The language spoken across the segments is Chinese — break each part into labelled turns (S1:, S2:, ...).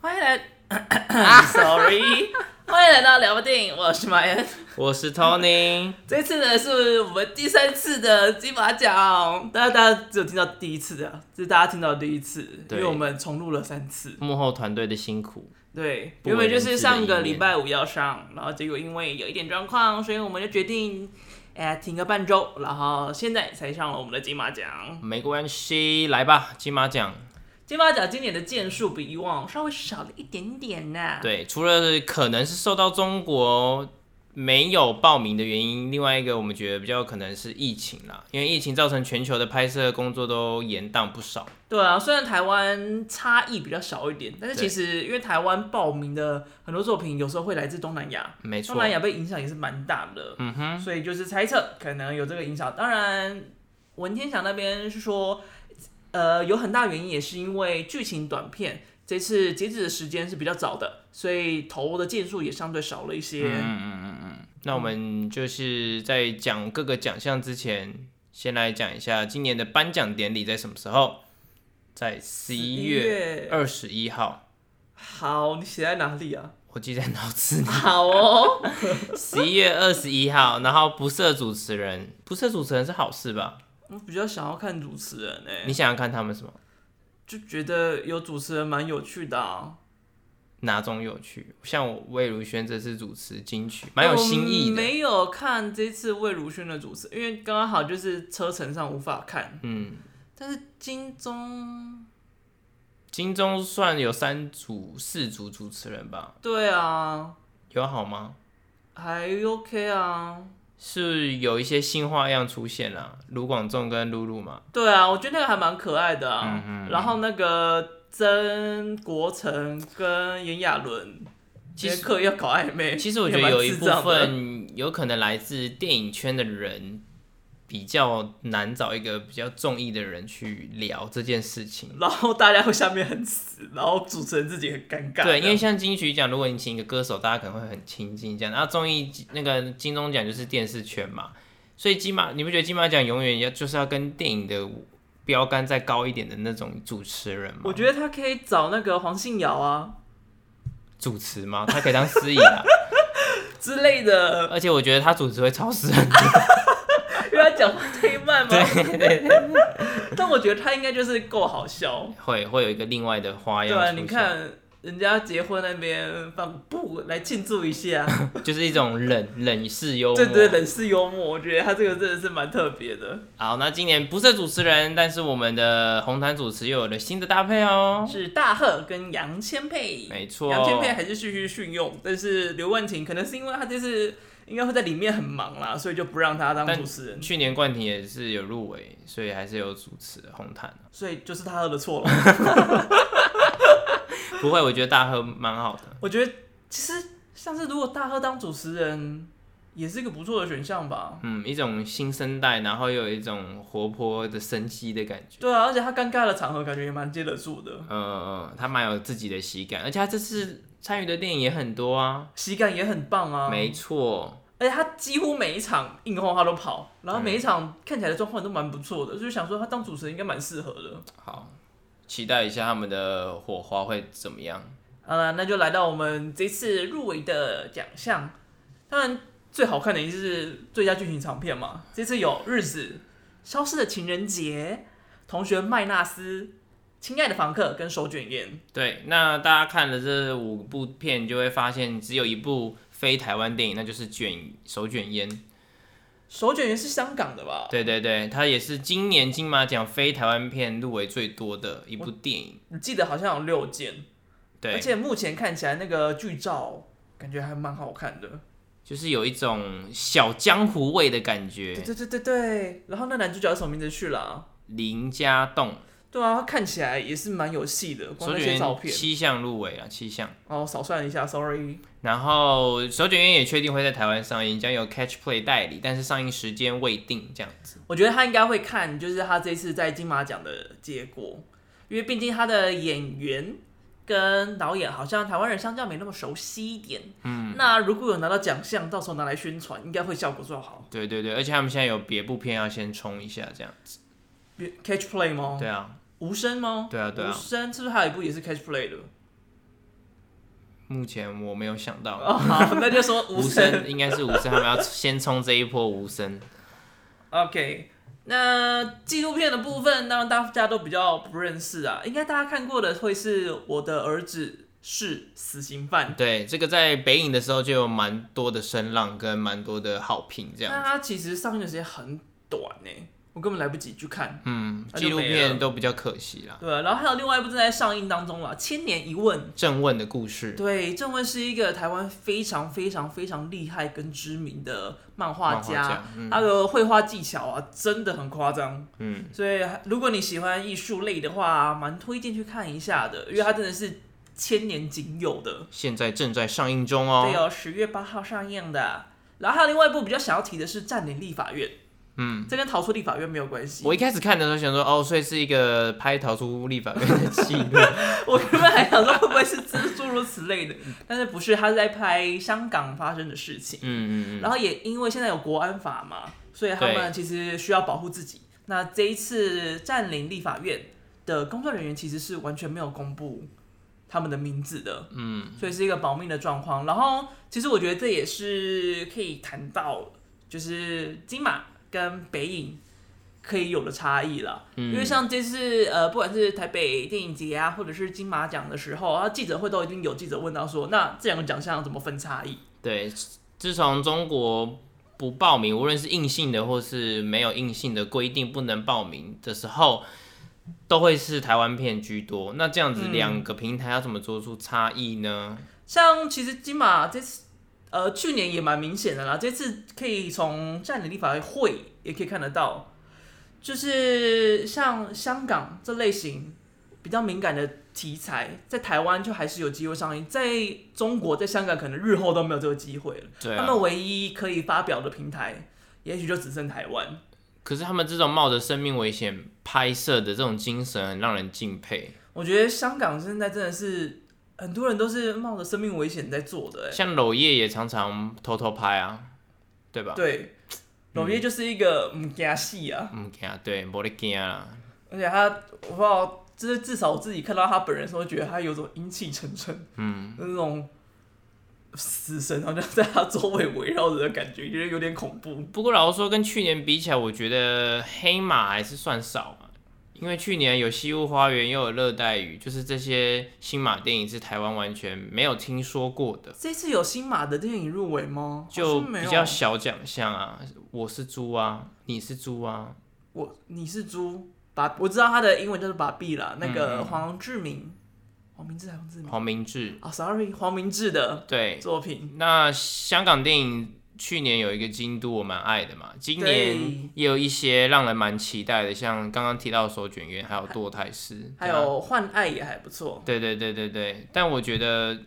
S1: 欢迎来 ，sorry，欢迎 来到聊不电影，我是马恩。
S2: 我是 Tony，
S1: 这次呢是我们第三次的金马奖，当然大家只有听到第一次的，这是大家听到的第一次，因
S2: 对
S1: 为我们重录了三次。
S2: 幕后团队的辛苦，
S1: 对，
S2: 不为
S1: 原本就
S2: 人
S1: 是
S2: 知的
S1: 上个
S2: 一面
S1: 礼拜五要上，然后结果因为有一点状况，所以我们就决定。哎，停个半周，然后现在才上了我们的金马奖。
S2: 没关系，来吧，金马奖。
S1: 金马奖今年的件数比以往稍微少了一点点呐、
S2: 对，除了可能是受到中国没有报名的原因，另外一个我们觉得比较可能是疫情啦，因为疫情造成全球的拍摄工作都延宕不少。
S1: 对啊，虽然台湾差异比较少一点，但是其
S2: 对
S1: 实因为台湾报名的很多作品有时候会来自东南亚，
S2: 没
S1: 东
S2: 错，
S1: 南亚被影响也是蛮大的，
S2: 嗯哼，
S1: 所以就是猜测可能有这个影响。当然，文天祥那边是说，呃，有很大原因也是因为剧情短片这次截止的时间是比较早的，所以投的件数也相对少了一些。
S2: 嗯那我们就是在讲各个奖项之前，先来讲一下今年的颁奖典礼在什么时候，在十一月
S1: 月
S2: 二十一号，
S1: 好，你写在哪里啊？
S2: 我记在脑子里。
S1: 好哦，
S2: 十一月二十一号，然后不设主持人，不设主持人是好事吧？
S1: 我比较想要看主持人哎、
S2: 你想想看他们什么
S1: 就觉得有主持人蛮有趣的、啊，
S2: 哪种有趣？像我魏如萱这次主持金曲，蛮有新意
S1: 我哦
S2: 的。
S1: 没有看这次魏如萱的主持，因为刚刚好就是车程上无法看，
S2: 嗯，
S1: 但是金钟，
S2: 金钟算有三组、四组主持人吧，
S1: 对啊，
S2: 有好吗？
S1: 还 OK 啊，
S2: 是有一些新花样出现啦，卢广仲跟露露嘛，
S1: 对啊，我觉得那个还蛮可爱的
S2: 嗯
S1: 啊。然后那个曾国成跟炎亚纶，
S2: 其
S1: 杰
S2: 实
S1: 克要搞暧昧，
S2: 其实我觉得有一部
S1: 也蛮智障的，
S2: 分有可能来自电影圈的人比较难找一个比较中意的人去聊这件事情。
S1: 然后大家会下面很死，然后主持人自己很尴尬，
S2: 对，因为像金曲奖，如果你请一个歌手，大家可能会很亲近这样。然后综艺那个金钟奖就是电视圈嘛，所以金马你不觉得金马奖永远要就是要跟电影的标杆再高一点的那种主持人吗？
S1: 我觉得他可以找那个黄信尧啊。
S2: 主持吗？他可以当司仪 啊，
S1: 之类的，
S2: 而且我觉得他主持会超时很
S1: 因为他讲话太慢嘛。 但我觉得他应该就是够好笑，
S2: 会会有一个另外的花
S1: 对
S2: 样。
S1: 啊，你，看人家结婚那边放布来庆祝一下，
S2: 就是一种冷冷式幽默。
S1: 对对，冷式幽默，我觉得他这个真的是蛮特别的。
S2: 好，那今年不是主持人，但是我们的红毯主持又有了新的搭配哦。
S1: 是大贺跟杨千霈，
S2: 没错
S1: 杨千霈还是继续训用，但是刘冠廷可能是因为他这次应该会在里面很忙啦，所以就不让他当
S2: 但
S1: 主持人，
S2: 去年冠廷也是有入围，所以还是有主持红毯。
S1: 所以就是大贺的错了。
S2: 不会，我觉得大贺蛮好的。
S1: 我觉得其实像是如果大贺当主持人，也是一个不错的选项吧。
S2: 嗯，一种新生代，然后又有一种活泼的生机的感觉。
S1: 对啊，而且他尴尬的场合感觉也蛮接得住的，
S2: 呃，他蛮有自己的喜感，而且他这次参与的电影也很多啊。
S1: 喜感也很棒啊。
S2: 没错，
S1: 而且他几乎每一场硬轰他都跑，然后每一场看起来的状况都蛮不错的，所以想说他当主持人应该蛮适合的。
S2: 好，期待一下他们的火花会怎么样。
S1: 好了，那就来到我们这次入围的奖项，当然最好看的一定是最佳剧情长片嘛。这次有《日子》《消失的情人节》《同学麦纳斯》《亲爱的房客》跟《手卷烟》。
S2: 对，那大家看了这五部片，就会发现只有一部非台湾电影，那就是《卷手卷烟》。
S1: 手卷烟是香港的吧？
S2: 对对对，它也是今年金马奖非台湾片入围最多的一部电影。
S1: 你记得好像有六件，
S2: 对，
S1: 而且目前看起来那个剧照感觉还蛮好看的。
S2: 就是有一种小江湖味的感
S1: 对
S2: 觉。
S1: 对对对对，然后那男主角叫什么名字去了啊？
S2: 林家栋，
S1: 对啊，他看起来也是蛮有戏的，光
S2: 手
S1: 那
S2: 卷
S1: 些照
S2: 烟
S1: 片。
S2: 七项入围啊，七项。
S1: 哦，少算一下，sorry。
S2: 然后手卷烟也确定会在台湾上映，将由 Catch Play 代理，但是上映时间未定，这样子。
S1: 我觉得他应该会看，就是他这次在金马奖的结果，因为毕竟他的演员跟导演好像台湾人相较没那么熟悉一点。嗯，那如果有拿到奖项，到时候拿来宣传，应该会效果最好。
S2: 对对对，而且他们现在有别部片要先冲一下，这样。
S1: 比 Catch Play 吗？
S2: 对啊，
S1: 无声吗？
S2: 对啊对啊
S1: 无声是不是还有一部也是 Catch Play 的？
S2: 目前我没有想到。
S1: 哦，好，那就说无
S2: 无
S1: 声。
S2: 声应该是无声，他们要先冲这一波无声。
S1: OK，那纪录片的部分，当然大家都比较不认识啊，应该大家看过的会是《我的儿子是死刑犯》。
S2: 对，这个在北影的时候就有蛮多的声浪跟蛮多的好评，这
S1: 那
S2: 样。
S1: 它其实上映的时间很短呢、我根本来不及去看。
S2: 嗯，
S1: 那就
S2: 纪录
S1: 没
S2: 片
S1: 了
S2: 都比较可惜啦。
S1: 对啊，然后还有另外一部正在上映当中啦，《千年一问》。
S2: 正问的故事，
S1: 对，郑问是一个台湾非常非常非常厉害跟知名的漫画
S2: 漫
S1: 家，
S2: 家，嗯
S1: 他的绘画技巧啊真的很夸张，
S2: 嗯，
S1: 所以如果你喜欢艺术类的话、蛮推荐去看一下的，因为他真的是千年仅有的。
S2: 现在正在上映中
S1: 对
S2: 哦。
S1: 哦，十月八号上映的。然后还有另外一部比较想要提的是《占领立法院》，
S2: 嗯，
S1: 这跟逃出立法院没有关系。
S2: 我一开始看的时候想说，哦，所以是一个拍逃出立法院的 记录，
S1: 我原本还想说会不会是诸如此类的，但是不是，他是在拍香港发生的事情。
S2: 嗯嗯嗯，
S1: 然后也因为现在有国安法嘛，所以他们
S2: 对
S1: 其实需要保护自己。那这一次占领立法院的工作人员其实是完全没有公布他们的名字的，嗯，所以是一个保密的状况。然后其实我觉得这也是可以谈到，就是金马跟北影。可以有的差异啦，
S2: 嗯
S1: 因为像这次呃，不管是台北电影节啊，或者是金马奖的时候，然后记者会都已经有记者问到说，那这两个奖项怎么分差异？
S2: 对，自从中国不报名，无论是硬性的或是没有硬性的规定不能报名的时候，都会是台湾片居多。那这样
S1: 嗯
S2: 子两个平台要怎么做出差异呢？
S1: 像其实金马这次，呃，去年也蛮明显的啦，这次可以从占领立法会也可以看得到，就是像香港这类型比较敏感的题材，在台湾就还是有机会上映，在中国在香港可能日后都没有这个机会了，
S2: 对
S1: 他
S2: 啊，
S1: 们唯一可以发表的平台，也许就只剩台湾。
S2: 可是他们这种冒着生命危险拍摄的这种精神，很让人敬佩。
S1: 我觉得香港现在真的是很多人都是冒着生命危险在做的、欸，
S2: 像娄烨也常常偷偷拍啊，对吧？
S1: 对，娄烨就是一个嗯加戏啊。
S2: 嗯，惊对，没得惊啊啦。
S1: 而且他，我不知道，就是至少我自己看到他本人的时候，觉得他有种阴气沉沉，嗯，那种死神好像在他周围围绕着的感觉，觉得有点恐怖。
S2: 不过老实说，跟去年比起来，我觉得黑马还是算少啊，因为去年有《西屋花园》，又有《热带雨》，就是这些新马电影是台湾完全没有听说过的，
S1: 这次有新马的电影入围吗？
S2: 就
S1: 好像没
S2: 比
S1: 有
S2: 较小奖项啊。我是猪啊，你是猪啊，
S1: 我你是猪，把我知道他的英文就是把臂啦，那个
S2: 嗯
S1: 黄志明，黄明志还是黄志明
S2: 黄明志。
S1: 啊、s o r r y 黄明志的
S2: 对，
S1: 作品，
S2: 那香港电影去年有一个京都，我蛮爱的嘛。今
S1: 对
S2: 年也有一些让人蛮期待的，像刚刚提到的《手卷烟》，还有《堕胎师》，
S1: 还有换爱也还不错。
S2: 对对对对对，但我觉得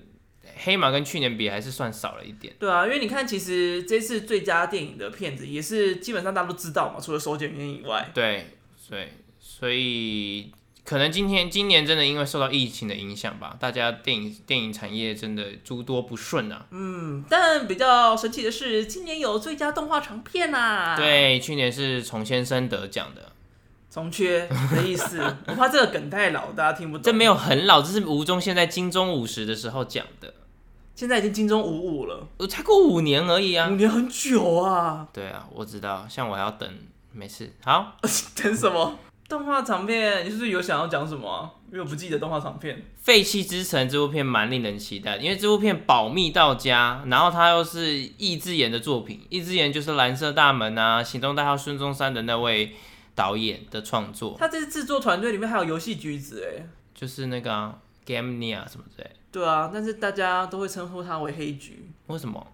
S2: 黑马跟去年比还是算少了一点。
S1: 对啊，因为你看，其实这次最佳电影的片子也是基本上大家都知道嘛，除了《手检员》以外，
S2: 对对，所以可能今天今年真的因为受到疫情的影响吧，大家电影电影产业真的诸多不顺啊。
S1: 嗯，但比较神奇的是，今年有最佳动画长片啊，，
S2: 对，去年是虫先生得奖的，
S1: 重缺的意思。我怕这个梗太老，大家听不懂。
S2: 这没有很老，这是吴宗宪在金钟五十的时候讲的，
S1: 现在已经金钟五五了，
S2: 我才过五年而已
S1: 五
S2: 啊。
S1: 年很久啊，
S2: 对啊，我知道，像我还要等，没事。好，
S1: 等什么？动画长片，你是不是有想要讲什么啊、因为我不记得动画长片。
S2: 《废弃之城》这部片蛮令人期待的，因为这部片保密到家，然后它又是易智言的作品，易智言就是《蓝色大门》啊，《行动代号孙中山》的那位导演的创作，
S1: 他这制作团队里面还有游戏橘子哎、
S2: 就是那个、啊、Gamnia 什么之类的。
S1: 对啊，但是大家都会称呼他为黑橘。
S2: 为什么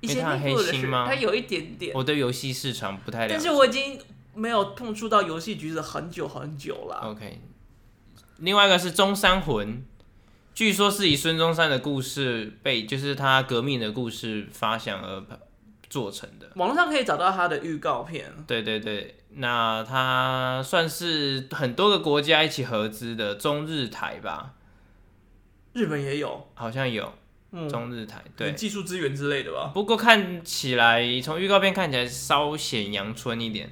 S1: 以
S2: 因为
S1: 前
S2: 他很
S1: 听过的
S2: 黑心
S1: 是
S2: 吗
S1: 他有一点点，
S2: 我对游戏市场不太了
S1: 但
S2: 解
S1: 是我已经没有碰触到游戏橘子很久很久了。
S2: ？OK，另外一个是《中山魂》，据说是以孙中山的故事被，就是他革命的故事发想而做成的。
S1: 网络上可以找到他的预告片，
S2: 对对对，那它算是很多个国家一起合资的中日台吧，
S1: 日本也有，
S2: 好像有
S1: 嗯，
S2: 中日台。对，
S1: 技术资源之类的吧。
S2: 不过看起来从预告片看起来稍显阳春一点。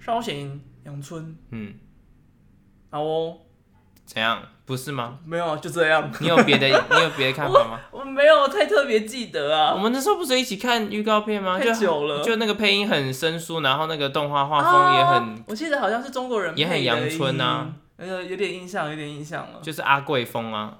S1: 稍显阳春，
S2: 嗯，
S1: 好哦，
S2: 怎样？不是吗？
S1: 没有，就这样。
S2: 你有别的，你有别的看法吗？
S1: 我没有太特别记得
S2: 我
S1: 啊，
S2: 们那时候不是一起看预告片吗？
S1: 太
S2: 就
S1: 久了
S2: 就那个配音很生疏，然后那个动画画风也很，
S1: 啊我记得好像是中国人
S2: 也很
S1: 配的
S2: 阳春啊
S1: 音，呃，有点印象，有点印象了。
S2: 就是阿贵风啊。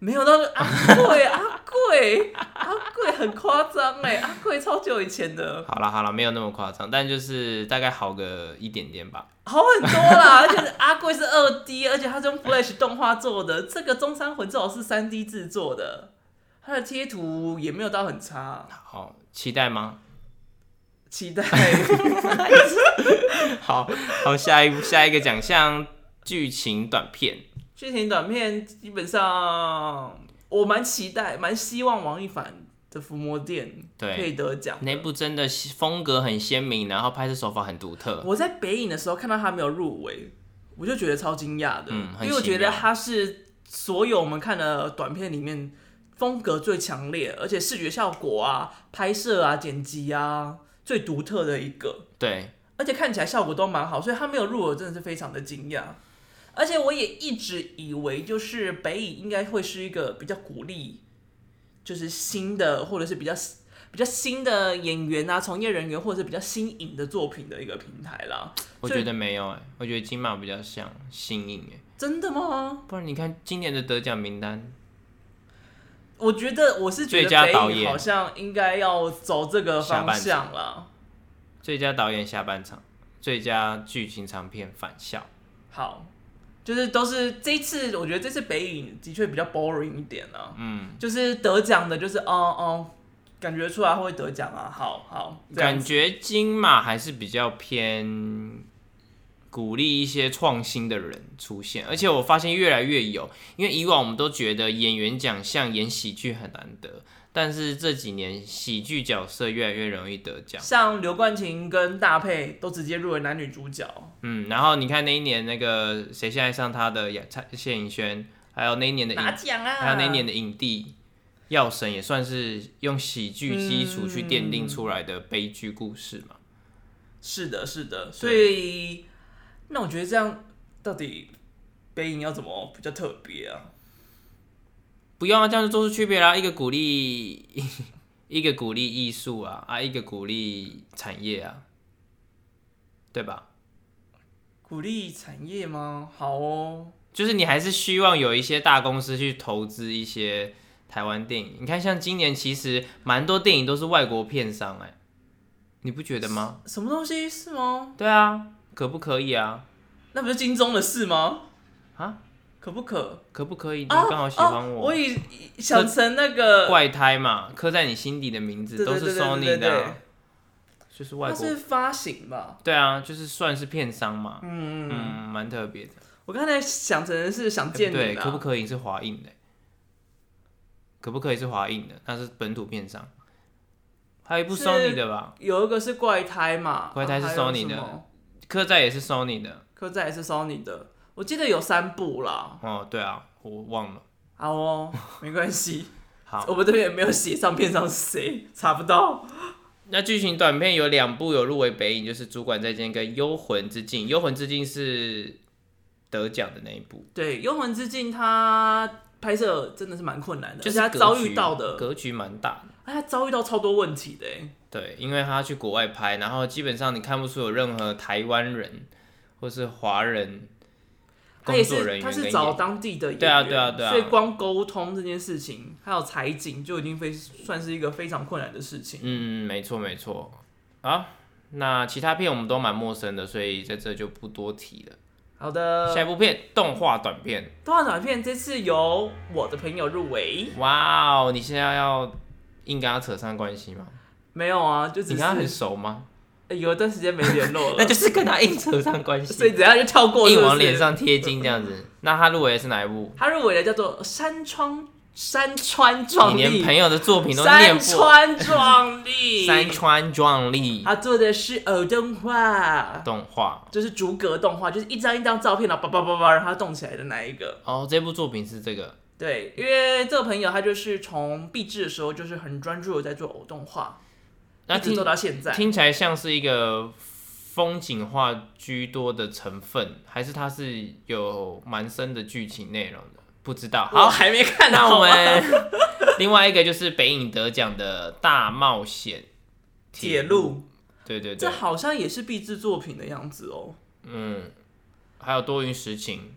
S1: 没有到阿贵，阿贵，阿贵很夸张哎，阿贵超久以前的，
S2: 好了好了，没有那么夸张，但就是大概好个一点点吧。
S1: 好很多啦。 而且阿贵是二 D，而且它是用 Flash 动画做的，这个中山魂至少是三 D 制作的，它的贴图也没有到很差，
S2: 好，期 待吗？
S1: 期待。
S2: 好好，下一下一个奖项剧情短片。
S1: 剧情短片基本上我蛮期待，蛮希望王一凡的《伏魔殿》
S2: 对
S1: 可以得奖。
S2: 那部真的风格很鲜明，然后拍摄手法很独特。
S1: 我在北影的时候看到他没有入围，我就觉得超惊讶的，
S2: 嗯很
S1: 因为我觉
S2: 奇妙
S1: 得他是所有我们看的短片里面风格最强烈，而且视觉效果啊、拍摄啊、剪辑啊最独特的一个，
S2: 对，
S1: 而且看起来效果都蛮好，所以他没有入围我真的是非常的惊讶。而且我也一直以为，就是北影应该会是一个比较鼓励，就是新的或者是比较比较新的演员啊、从业人员或者是比较新颖的作品的一个平台啦。
S2: 我
S1: 所以
S2: 觉得没有哎、我觉得金马比较像新颖哎、
S1: 真的吗？
S2: 不然你看今年的得奖名单，
S1: 我觉得我是觉
S2: 最
S1: 得
S2: 佳
S1: 北
S2: 导
S1: 影
S2: 演
S1: 好像应该要走这个
S2: 下
S1: 方
S2: 半
S1: 向啦。
S2: 最佳导演下半场，最佳剧情长片《返校》，
S1: 好，就是都是这一次，我觉得这次北影的确比较 boring 一点啊。嗯，就是得奖的，就是哦哦，感觉出来会得奖啊。好好，这样
S2: 感
S1: 子
S2: 觉金马还是比较偏鼓励一些创新的人出现，而且我发现越来越有，因为以往我们都觉得演员奖项演喜剧很难得，但是这几年喜剧角色越来越容易得奖。
S1: 像刘冠廷跟大佩都直接入围男女主角，
S2: 嗯，然后你看那一年那个谁先爱上他的亚蔡谢颖轩，还有那一年的影，
S1: 拿奖啊！
S2: 还有那一年的影帝药神，也算是用喜剧基础去奠
S1: 嗯
S2: 定出来的悲剧故事嘛。
S1: 是的，是的，所以那我觉得这样到底北影要怎么比较特别啊？
S2: 不用啊，这样就做出区别啦，一个鼓励， 一个鼓励艺术啊，啊，一个鼓励产业啊，对吧？
S1: 鼓励产业吗？好哦，
S2: 就是你还是希望有一些大公司去投资一些台湾电影。你看，像今年其实蛮多电影都是外国片商、哎，你不觉得吗？
S1: 什么东西是吗？
S2: 对啊，可不可以啊？
S1: 那不是金钟的事吗？
S2: 啊，
S1: 可不可？
S2: 可不可以？你刚好喜欢
S1: 哦
S2: 我。
S1: 我以想成那个，
S2: 怪胎嘛，刻在你心底的名字
S1: 对
S2: 都
S1: 对
S2: 是
S1: 对对
S2: Sony
S1: 对对
S2: 的啊，就是外
S1: 它
S2: 国
S1: 是发行吧？
S2: 对啊，就是算是片商嘛，
S1: 嗯，
S2: 嗯，蛮特别的。
S1: 我刚才想成的是想
S2: 哎
S1: 见
S2: 不对，
S1: 你
S2: 可不
S1: 啊，
S2: 可以是华映的？可不可以是华映的？那是本土片商。还有一部
S1: 是
S2: Sony 的吧，
S1: 有一个是怪胎嘛，
S2: 怪胎是
S1: 啊还有
S2: Sony 的
S1: 什么
S2: 刻在也是 Sony 的。
S1: 可再也是 Sony 的。我记得有三部啦，
S2: 哦，对啊，我忘了。
S1: 好哦， 没关系，
S2: 好，
S1: 我们这边也没有写上片上是谁，查不到。
S2: 那剧情短片有两部有入围北影，就是《主管再见》跟《幽魂之境》。《幽魂之境》是得奖的那一部，
S1: 对，《幽魂之境》它拍摄真的是蛮困难的，
S2: 就
S1: 而
S2: 是
S1: 且它
S2: 格
S1: 遭遇
S2: 局
S1: 到的，
S2: 格局蛮大的。
S1: 哎它遭遇到超多问题的欸。
S2: 对，因为他去国外拍，然后基本上你看不出有任何台湾人或是华人
S1: 他
S2: 工
S1: 也
S2: 作人
S1: 是，
S2: 员
S1: 他
S2: 跟
S1: 是
S2: 演
S1: 找当地的演员，
S2: 对啊对啊对啊
S1: 所以光沟通这件事情，还有采景就已经非算是一个非常困难的事情。
S2: 嗯，没错没错。好，那其他片我们都蛮陌生的，所以在这就不多提了。
S1: 好的
S2: 下，一部片动画短片，
S1: 动画短片这次由我的朋友入围，
S2: 哇哦！你现在要硬跟他扯上关系吗？
S1: 没有啊，就
S2: 你
S1: 只是
S2: 跟他很熟吗？
S1: 呃有一段时间没联络了，
S2: 那就是跟他硬扯上关
S1: 所以
S2: 系，
S1: 等下就跳过是
S2: 硬
S1: 不
S2: 往
S1: 是
S2: 脸。上贴金这样子。那他入围的是哪一部？
S1: 他入围的叫做山川山川壮
S2: 你连
S1: 丽，
S2: 朋友的作品都
S1: 山
S2: 念不。
S1: 川壮丽，
S2: 山川壮丽
S1: 他做的是偶动画，
S2: 动画。
S1: 就是逐格动画，就是一张一张照片，然后叭叭叭叭让它动起来的那一个。
S2: 哦，这部作品是这个，
S1: 对，因为这个朋友他就是从毕制的时候就是很专注的在做偶动画，
S2: 那
S1: 一直
S2: 听
S1: 做到现在。
S2: 听起来像是一个风景画居多的成分，还是它是有蛮深的剧情内容的？不知道。
S1: 我
S2: 好，
S1: 还没看
S2: 那
S1: 到
S2: 我
S1: 啊
S2: 们 另外一个就是北影得奖的《大冒险
S1: 铁，路，
S2: 对对对
S1: 这，好像也是必制作品的样子哦。
S2: 嗯，还有多云时晴，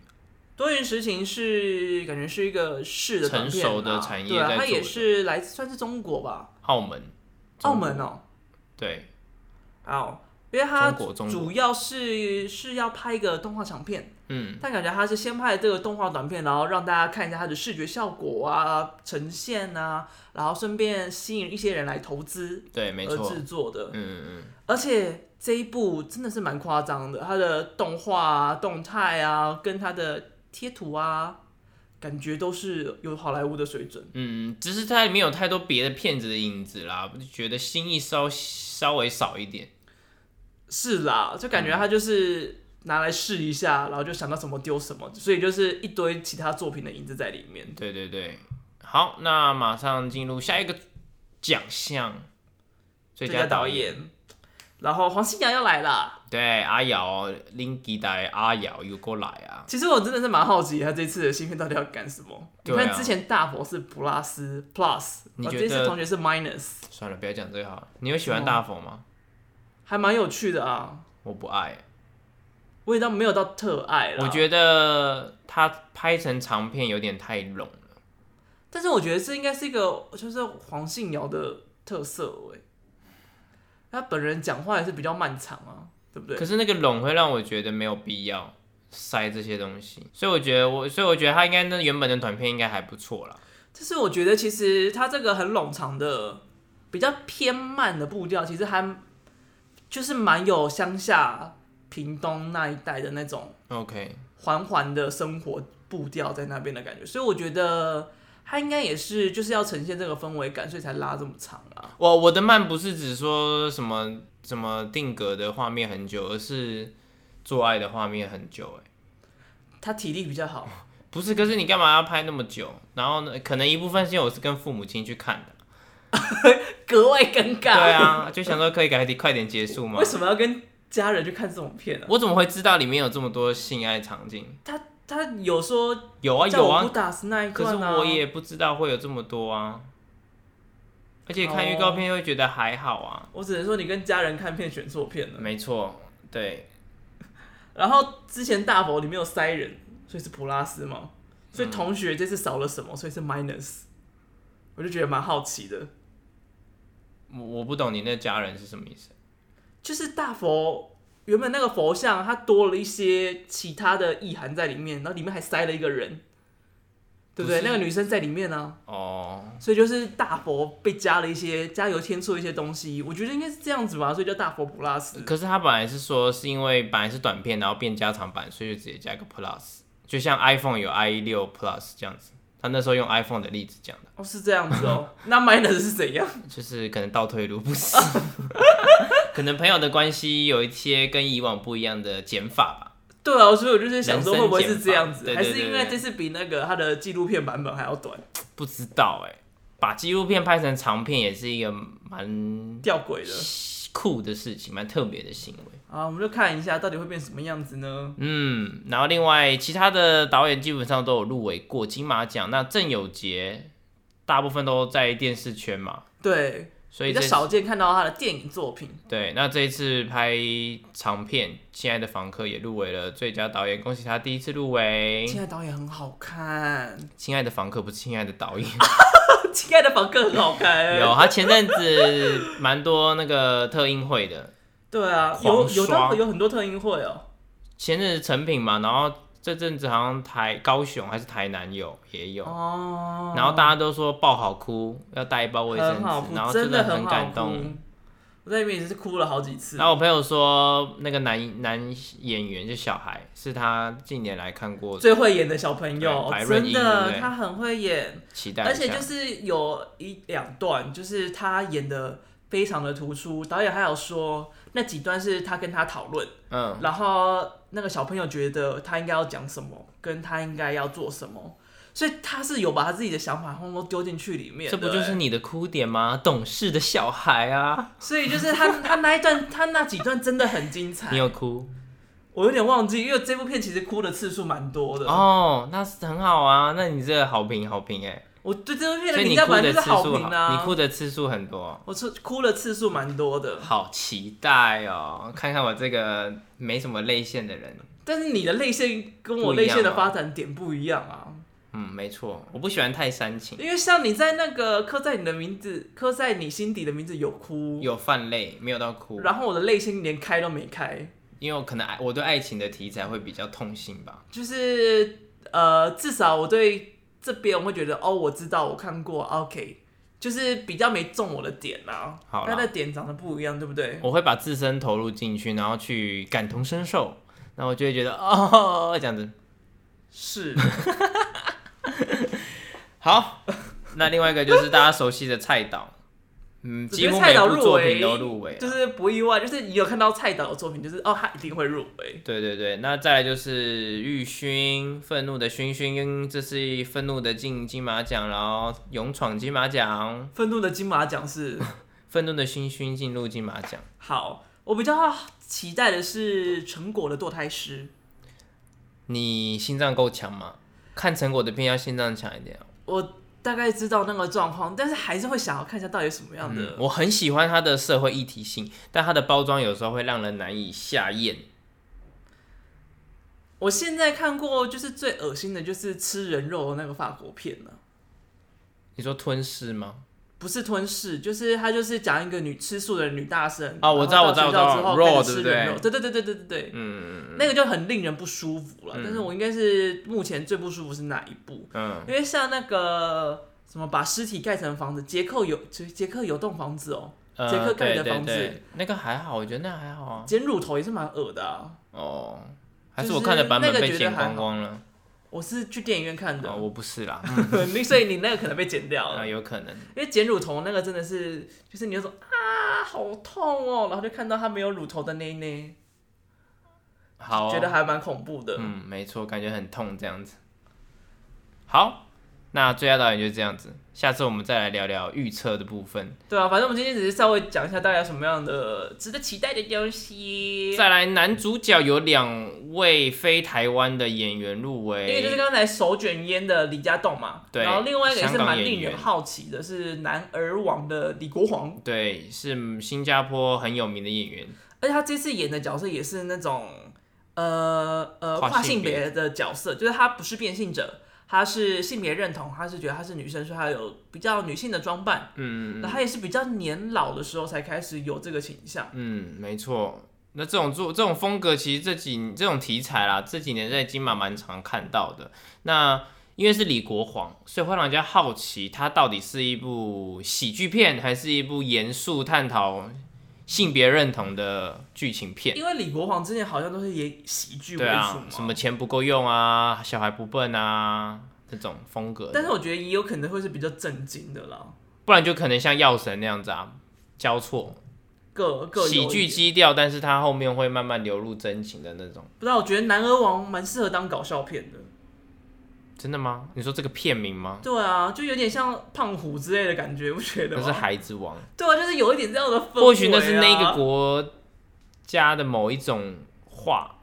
S1: 多云实情是感觉是一个市的短片啊
S2: 成熟的产业
S1: 对啊
S2: 在，
S1: 它
S2: 做
S1: 也
S2: 的
S1: 是来自算是中国吧，
S2: 澳门，中
S1: 澳
S2: 国
S1: 门哦，
S2: 对，
S1: 哦，因为它
S2: 中国中国
S1: 主要是是要拍一个动画长片，
S2: 嗯，
S1: 但感觉它是先拍这个动画短片，然后让大家看一下它的视觉效果啊、呈现啊，然后顺便吸引一些人来投资
S2: 对，没
S1: 而
S2: 错，
S1: 制作的
S2: 嗯。嗯
S1: 而且这一部真的是蛮夸张的，它的动画啊、动态啊，跟它的贴图啊，感觉都是有好莱坞的水准。
S2: 嗯，只是它里面有太多别的片子的影子啦，我就觉得新意稍稍微少一点。
S1: 是啦，就感觉
S2: 嗯
S1: 他就是拿来试一下，然后就想到什么丢什么，所以就是一堆其他作品的影子在里面。
S2: 对对对，好，那马上进入下一个奖项，最
S1: 最佳
S2: 佳
S1: 导
S2: 演。
S1: 演，然后黄信尧要来啦。
S2: 对，阿瑶，林吉代阿瑶又过来啊，
S1: 其实我真的是蛮好奇他这次的新片到底要干什么。你
S2: 对啊
S1: 看之前大佛是 plus plus，
S2: 你
S1: 我
S2: 觉
S1: 这次
S2: 得
S1: 同学是 minus，
S2: 算了，不要讲这个好了。你有喜欢大佛吗？
S1: 还蛮有趣的啊。
S2: 我不爱，
S1: 我也倒没有到特爱啦，
S2: 我
S1: 得，
S2: 觉得他拍成长片有点太冗了。
S1: 但是我觉得这应该是一个就是黄信尧的特色哎、他本人讲话也是比较漫长啊，对不对
S2: 可？是那个拢会让我觉得没有必要塞这些东西，所以我觉得我，所以我觉得他应该那原本的短片应该还不错啦。
S1: 就是我觉得其实它这个很冗长的、比较偏慢的步调，其实还就是蛮有乡下屏东那一带的那种
S2: OK，
S1: 缓缓的生活步调在那边的感觉，所以我觉得它应该也是就是要呈现这个氛围感，所以才拉这么长啊。
S2: 我我的慢不是指说什么什么定格的画面很久，而是做爱的画面很久、欸。
S1: 他体力比较好，
S2: 不是，可是你干嘛要拍那么久？然后呢，可能一部分是因为我是跟父母亲去看的，
S1: 格外尴
S2: 对
S1: 尬。
S2: 啊，就想说可以赶快快点结束嘛
S1: 为。什么要跟家人去看这种片呢、啊？
S2: 我怎么会知道里面有这么多性爱场景？
S1: 他他有说
S2: 有啊
S1: 叫
S2: 有
S1: 我不
S2: 啊，
S1: 打死那一
S2: 可
S1: 段
S2: 是
S1: 啊，
S2: 我也不知道会有这么多啊。而且看预告
S1: 哦
S2: 片会觉得还好啊，
S1: 我只能说你跟家人看片选错片了。
S2: 没错，对，
S1: 然后之前大佛里面有塞人，所以是普拉斯嘛，所以同学这次少了什
S2: 嗯
S1: 么，所以是 minus，我就觉得蛮好奇的，
S2: 我我不懂你那家人是什么意思。
S1: 就是大佛原本那个佛像，它多了一些其他的意涵在里面，然后里面还塞了一个人，对不对？
S2: 不是
S1: 那个女生在里面呢、
S2: 哦，
S1: 所以就是大佛被加了一些加油添醋一些东西，我觉得应该是这样子吧，所以叫大佛普拉斯。
S2: 可是他本来是说是因为本来是短片，然后变加长版，所以就直接加个 Plus，就像 iPhone 有 i 六 Plus 这样子。他那时候用 iPhone 的例子讲的。
S1: 哦，是这样子 哦，那 minus 是怎样？
S2: 就是可能倒退路不是， 可能朋友的关系有一些跟以往不一样的减法吧。
S1: 对啊，所以我就是想说，会不会是这样子？
S2: 人生减法对对
S1: 还
S2: 对
S1: 是因为这次比那个它的纪录片版本还要短，
S2: 不知道哎、把纪录片拍成长片也是一个蛮
S1: 吊诡的
S2: 酷的事情，蛮特别的行为。
S1: 啊？我们就看一下到底会变什么样子呢？
S2: 嗯，然后另外其他的导演基本上都有入围过金马奖，那郑有杰大部分都在电视圈嘛，
S1: 对，
S2: 所以
S1: 比较
S2: 这
S1: 少见看到他的电影作品。
S2: 对，那这一次拍长片，《亲爱的房客》也入围了最佳导演，恭喜他第一次入围。
S1: 亲爱的导演很好看，
S2: 亲爱的房客不是亲爱的导演，
S1: 亲爱的房客很好看。
S2: 有他前阵子蛮多那个特映会的，
S1: 对啊，
S2: 狂
S1: 有有
S2: 刷
S1: 当有很多特映会哦。
S2: 前阵子成品嘛，然后这阵子好像台高雄还是台南有也有，
S1: 哦，
S2: 然后大家都说抱好哭，要带一包卫生
S1: 很好
S2: 纸，然
S1: 哭，
S2: 后
S1: 真
S2: 的
S1: 很
S2: 很
S1: 好
S2: 感
S1: 哭
S2: 动。。
S1: 我在那边也是哭了好几次
S2: 然。后我朋友说，那个男男演员就小孩，是他近年来看过
S1: 最会演的小朋友
S2: 对，白润
S1: 真
S2: 英对不
S1: 的，
S2: 对
S1: 他很会演。
S2: 期待一下，
S1: 而且就是有一两段，就是他演的非常的突出，导演还有说那几段是他跟他讨论，
S2: 嗯，
S1: 然后那个小朋友觉得他应该要讲什么，跟他应该要做什么，所以他是有把他自己的想法通通都丢进去里面
S2: 这
S1: 的欸，
S2: 不就是你的哭点吗？懂事的小孩啊，
S1: 所以就是他他那一段他那几段真的很精彩
S2: 你，有哭
S1: 我有点忘记，因为这部片其实哭的次数蛮多的。
S2: 哦，那是很好啊。那你这个好评好评哎，
S1: 我对这部片
S2: 所
S1: 的
S2: 以
S1: 评
S2: 你
S1: 价
S2: 哭
S1: 本
S2: 的
S1: 来就
S2: 次
S1: 是好
S2: 数
S1: 评啊，
S2: 好，你哭的次数很多，
S1: 我是哭的次数蛮多的，
S2: 好期待哦！看看我这个没什么泪腺的人，
S1: 但是你的泪腺跟我
S2: 不一
S1: 泪
S2: 样
S1: 腺的
S2: 吗
S1: 发展点不一样啊，
S2: 嗯，没错，我不喜欢太煽情，
S1: 因为像你在那个刻在你的名字、刻在你心底的名字有哭，
S2: 有泛泪，没有到哭，
S1: 然后我的泪腺连开都没开，
S2: 因为我可能爱我对爱情的题材会比较痛心吧。
S1: 就是呃，至少我对这边我会觉得哦，我知道，我看过，OK，就是比较没中我的点啊，
S2: 好啦
S1: 但那点长得不一样，对不对？
S2: 我会把自身投入进去，然后去感同身受，然后我就会觉得 哦，这样子
S1: 是，
S2: 好。 那另外一个就是大家熟悉的蔡导，嗯，
S1: 我
S2: 几
S1: 觉得
S2: 乎
S1: 蔡
S2: 每
S1: 导
S2: 部
S1: 入
S2: 作品
S1: 围
S2: 都入围啊，
S1: 就是不意外，就是你有看到蔡导的作品，就是哦，他一定会入围，
S2: 对对对，那再来就是玉勋，愤怒的勋勋，这是愤怒的进金马奖，然后勇闯金马奖，
S1: 愤怒的金马奖是。
S2: 愤怒的勋勋进入金马奖。
S1: 好，我比较期待的是成果的堕胎师。
S2: 你心脏够强吗？看成果的片要心脏强一点哦。
S1: 我大概知道那个状况，但是还是会想要看一下到底什么样的。
S2: 我很喜欢它的社会议题性，但它的包装有时候会让人难以下咽。
S1: 我现在看过就是最恶心的就是吃人肉的那个法国片了、
S2: 你说吞噬吗？
S1: 不是吞噬，就是他就是讲一个女吃素的女大生
S2: 哦我知
S1: 然
S2: 道
S1: 后
S2: 我知道
S1: 到学校
S2: 我知道
S1: 之后开
S2: 肉啊
S1: 始
S2: 对
S1: 吃
S2: 不对
S1: 人肉，对对对对对对对，
S2: 嗯
S1: 那个就很令人不舒服了。
S2: 嗯
S1: 但是我应该是目前最不舒服是哪一部？
S2: 嗯，
S1: 因为像那个什么把尸体盖成房子，捷克有捷捷克有栋房子哦、
S2: 呃
S1: 杰克盖的
S2: 对对
S1: 房子
S2: 对那个还好，我觉得那还好 啊。
S1: 剪乳头也是蛮恶的啊。
S2: 哦，还
S1: 就是
S2: 我看的版本
S1: 那个
S2: 被
S1: 觉得
S2: 剪
S1: 还
S2: 光
S1: 好
S2: 光了。
S1: 我是去电影院看的
S2: 哦，，我不是啦，
S1: 你 所以你那个可能被剪掉
S2: 啊，
S1: 了，因
S2: 有可能。
S1: 为剪乳头那个真的是，就是你就说啊好痛哦，然后就看到他没有乳头的内内，
S2: 好哦、
S1: 觉得还蛮恐怖的。
S2: 嗯，没错，感觉很痛这样子。好，那最佳导演就这样子，下次我们再来聊聊预测的部分。
S1: 对啊，反正我们今天只是稍微讲一下大家有什么样的值得期待的东西。
S2: 再来，男主角有两位非台湾的演员入
S1: 因为就是
S2: 围，
S1: 刚才手卷烟的李家栋嘛，
S2: 对
S1: 然后另外一个也是
S2: 香港
S1: 蛮
S2: 演
S1: 令人
S2: 员
S1: 好奇的，是男儿王的李国煌，
S2: 对，是新加坡很有名的演员，
S1: 而且他这次演的角色也是那种呃呃跨
S2: 跨
S1: 性
S2: 性别
S1: 别的角色，就是他不是变性者，他是性别认同，他是觉得他是女生，所以他有比较女性的装扮。
S2: 嗯
S1: 那、他也是比较年老的时候才开始有这个倾向。
S2: 嗯，没错。那这种做这种风格，其实这几这种题材啦，这几年在金马蛮常看到的。那因为是李国煌，所以会让人家好奇，它到底是一部喜剧片，还是一部严肃探讨性别认同的剧情片？
S1: 因为李国煌之前好像都是演喜剧为
S2: 对
S1: 主
S2: 啊
S1: 嘛，，
S2: 什么钱不够用啊，小孩不笨啊，这种风格的。
S1: 但是我觉得也有可能会是比较震惊的啦，
S2: 不然就可能像药神那样子啊，交错
S1: 各各有一
S2: 喜剧
S1: 点
S2: 基调，但是它后面会慢慢流入真情的那种。
S1: 不知道，我觉得《男儿王》蛮适合当搞笑片的。
S2: 真的吗？你说这个片名吗？
S1: 对啊，就有点像胖虎之类的感觉，不觉得
S2: 那
S1: 吗？
S2: 是孩子王，
S1: 对啊，就是有一点这样的啊氛围、啊。
S2: 或许那是那个国家的某一种话，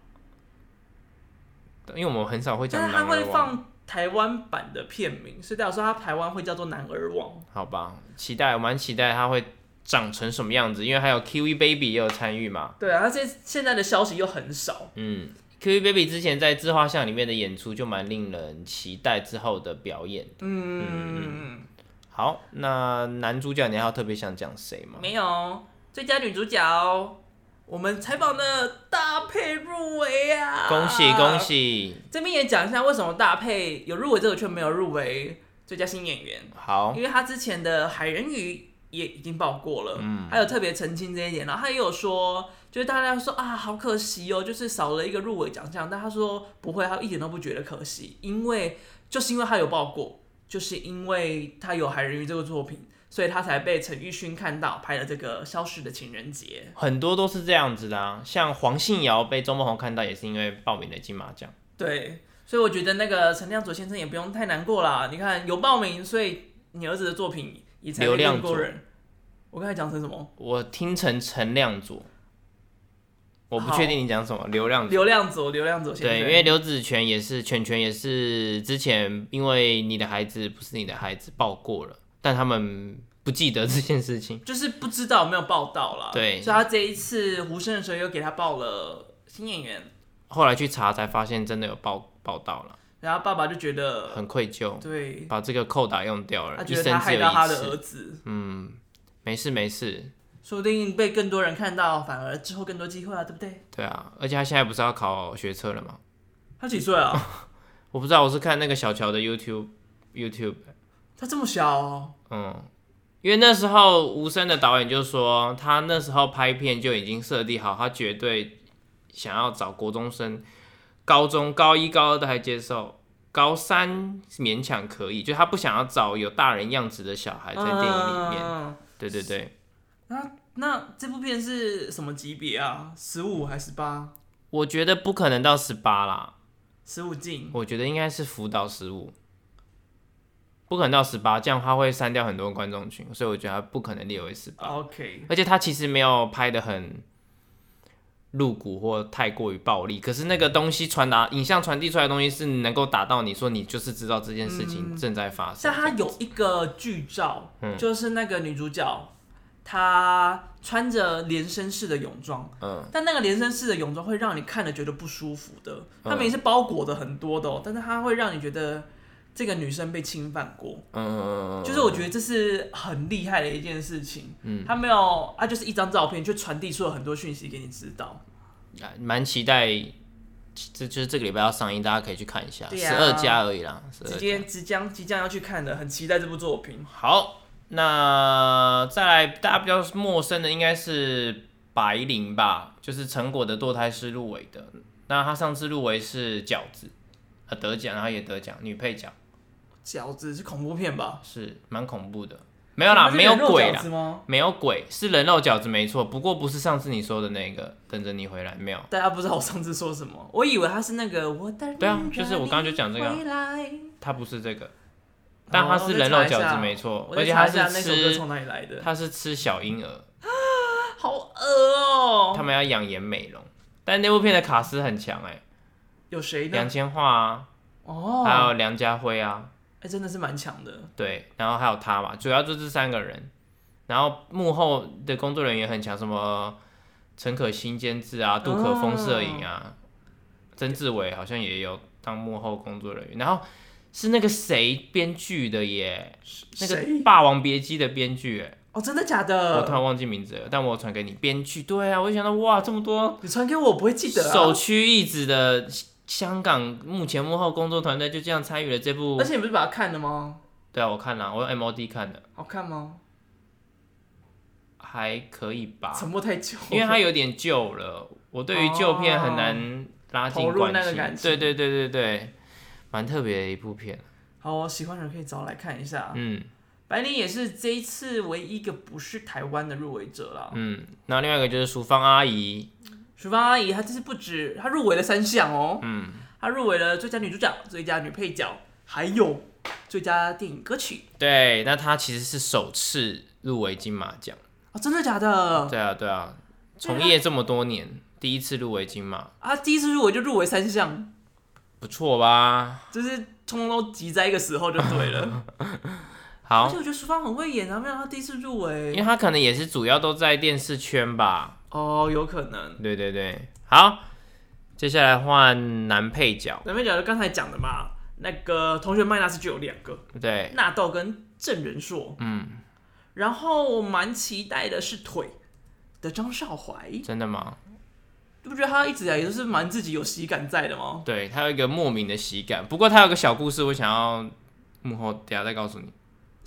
S2: 因为我们很少会
S1: 但
S2: 讲
S1: 是他
S2: 男
S1: 会
S2: 儿王，
S1: 放台湾版的片名，所以代表说他台湾会叫做《男儿王》。
S2: 好吧？期待，我蛮期待它会长成什么样子，因为还有 Kiwi Baby 也有参与嘛。
S1: 对啊，他现现在的消息又很少，
S2: 嗯，Kiwi Baby 之前在《自画像》里面的演出就蛮令人期待之后的表演。
S1: 嗯，
S2: 好，那男主角你还有特别想讲谁吗？
S1: 没有最佳女主角，我们采访的大配入围啊，
S2: 恭喜恭！喜！
S1: 这边也讲一下为什么大配有入围这个却没有入围最佳新演员，
S2: 好，
S1: 因为他之前的《海人鱼》也已经爆过了，嗯，还有特别澄清这一点，然后他也有说，就是大家说啊，好可惜哦，就是少了一个入围奖项，但他说不会，他一点都不觉得可惜，因为就是因为他有爆过，就是因为他有《海人鱼》这个作品，所以他才被陈奕迅看到拍了这个《消失的情人节
S2: 很多都是这样子的啊，像黄信尧被周梦红看到，也是因为报名了金马奖。》，
S1: 对，所以我觉得那个陈亮佐先生也不用太难过啦。你看有报名，所以你儿子的作品也才
S2: 流量
S1: 更多
S2: 佐
S1: 人。我刚才讲成什么？
S2: 我听成陈亮佐，我不确定你讲什么流量佐。
S1: 流量佐，流量佐先生。
S2: 对，因为刘子权也是，犬犬也是之前因为你的孩子不是你的孩子报过了，但他们不记得这件 事情。
S1: 就是不知道有没有报道啦。
S2: 对
S1: 所以他这一次胡生的时候又给他报了新演员，
S2: 后来去查才发现真的有报报道了，
S1: 然后爸爸就觉得
S2: 很愧疚，
S1: 对，
S2: 把这个扣打用掉了
S1: 呃他，
S2: 一
S1: 觉得他
S2: 生只
S1: 害到他的
S2: 有
S1: 儿
S2: 一次。
S1: 子，
S2: 嗯，没事没事，
S1: 说不定被更多人看到，反而之后更多机会啊，对不对？
S2: 对啊，而且他现在不是要考学测了吗？
S1: 他几岁 啊？
S2: 我不知道，我是看那个小乔的 YouTube YouTube，
S1: 他这么小、哦，
S2: 嗯，因为那时候无声的导演就说，他那时候拍片就已经设定好，他绝对想要找国中生，高中高一高二都还接受，高三勉强可以，就他不想要找有大人样子的小孩在电影里面。
S1: 嗯
S2: 对对对，
S1: 那这部片是什么级别啊？十五还是八？
S2: 我觉得不可能到十八啦，
S1: 十五禁，
S2: 我觉得应该是辅导十五。不可能到十八，这样他会删掉很多观众群，所以我觉得他不可能列为十八。
S1: OK，
S2: 而且他其实没有拍的很露骨或太过于暴力，可是那个东西传达影像传递出来的东西是能够打到你说你就是知道这件事情正在发生。
S1: 像他有一个剧照，
S2: 嗯
S1: 就是那个女主角，她穿着连身式的泳装，
S2: 嗯，
S1: 但那个连身式的泳装会让你看了觉得不舒服的，
S2: 嗯
S1: 他们也是包裹的很多的、哦，但是它会让你觉得这个女生被侵犯过，
S2: 嗯嗯嗯嗯，
S1: 就是我觉得这是很厉害的一件事情，嗯，他没有，他就是一张照片就传递出了很多讯息给你知道，
S2: 啊蛮期待，这就是这个礼拜要上映，大家可以去看一下，呃
S1: 对
S2: 十
S1: 啊
S2: 二加而已啦，十
S1: 直
S2: 二
S1: 接即将即将要去看的，很期待这部作品，
S2: 好，那再来大家比较陌生的应该是白灵吧，就是成果的堕胎师入围的。那他上次入围是饺子，呃得奖，然后也得奖，女配角
S1: 饺子是恐怖片吧？
S2: 是蛮恐怖的。没有啦，
S1: 你
S2: 没
S1: 们是
S2: 有
S1: 人肉
S2: 鬼
S1: 饺
S2: 啦
S1: 子，吗？
S2: 没有鬼是人肉饺子没错，不过不是上次你说的那个等着你回来没有？
S1: 大家不知道我上次说什么，我以为他是那个我的人
S2: 对啊就是我刚刚就讲这个啊
S1: 回来
S2: 他不是这个，但
S1: 哦
S2: 他是人肉饺子没错，
S1: 我
S2: 而
S1: 再
S2: 且
S1: 查
S2: 他
S1: 一下
S2: 是
S1: 那首歌
S2: 吃
S1: 从哪里来的，
S2: 他是吃小婴儿，
S1: 好恶哦、
S2: 他们要养颜美容，但那部片的卡斯很强哎、
S1: 有谁呢
S2: 杨？千嬅啊，
S1: 哦，
S2: 还
S1: 哎、
S2: 有梁家辉啊，
S1: 真的是蛮强的。
S2: 对，然后还有他嘛，主要就这三个人。然后幕后的工作人员很强，什么陈可辛监制啊，杜可风摄影啊，曾志伟好像也有当幕后工作人员。然后是那个谁编剧的耶，那个
S1: 谁
S2: 《霸王别姬》的编剧耶，
S1: 哦，真的假
S2: 我突
S1: 的？
S2: 然忘记名字了，但我有传给你。编剧，对啊，我就想到哇，这么多
S1: 你传给我，我不会记得、
S2: 首
S1: 啊。
S2: 屈一指的香港目前幕后工作团队就这样参与了这部
S1: 而。且你不是把它看了吗？
S2: 对啊，我看了，我用 MOD 看的，
S1: 好看吗？
S2: 还可以吧，
S1: 沉默太久，
S2: 啊因为它有点旧了，我对于旧片很难拉近
S1: 哦投入
S2: 关
S1: 那个
S2: 系。
S1: 感情
S2: 对对对对对，蛮特别的一部片。
S1: 好、哦，喜欢的人可以找来看一下。
S2: 嗯
S1: 白灵也是这一次唯一一个不是台湾的入围者啦。
S2: 嗯，然后另外一个就是淑芳阿姨，
S1: 淑芳阿姨她这次不止她入围了三项哦，嗯，她入围了最佳女主角、最佳女配角，还有最佳电影歌曲
S2: 对，那她其实是首次入围金马奖。
S1: 哦，真的假的？
S2: 对啊对啊，从业这么多年，第一次入围金马，
S1: 啊，第一次入围就入围三项，
S2: 不错吧？
S1: 就是通通都集在一个时候就对了。 而
S2: 好
S1: 且，我觉得淑芳很会演啊，没想到她第一次入
S2: 因
S1: 围
S2: 为她可能也是主要都在电视圈吧。
S1: 哦，有可能。
S2: 对对对，好，接下来换男配角，
S1: 咱们讲就刚才讲的嘛，那个同学麦纳斯就有两个，
S2: 对，
S1: 纳豆跟郑仁硕，嗯，然后我蛮期待的是腿的张少怀，
S2: 真的吗？
S1: 你不觉得他一直以来也都是蛮自己有喜感在的吗？
S2: 对他有一个莫名的喜感，不过他有个小故事，我想要幕后等下再告诉你。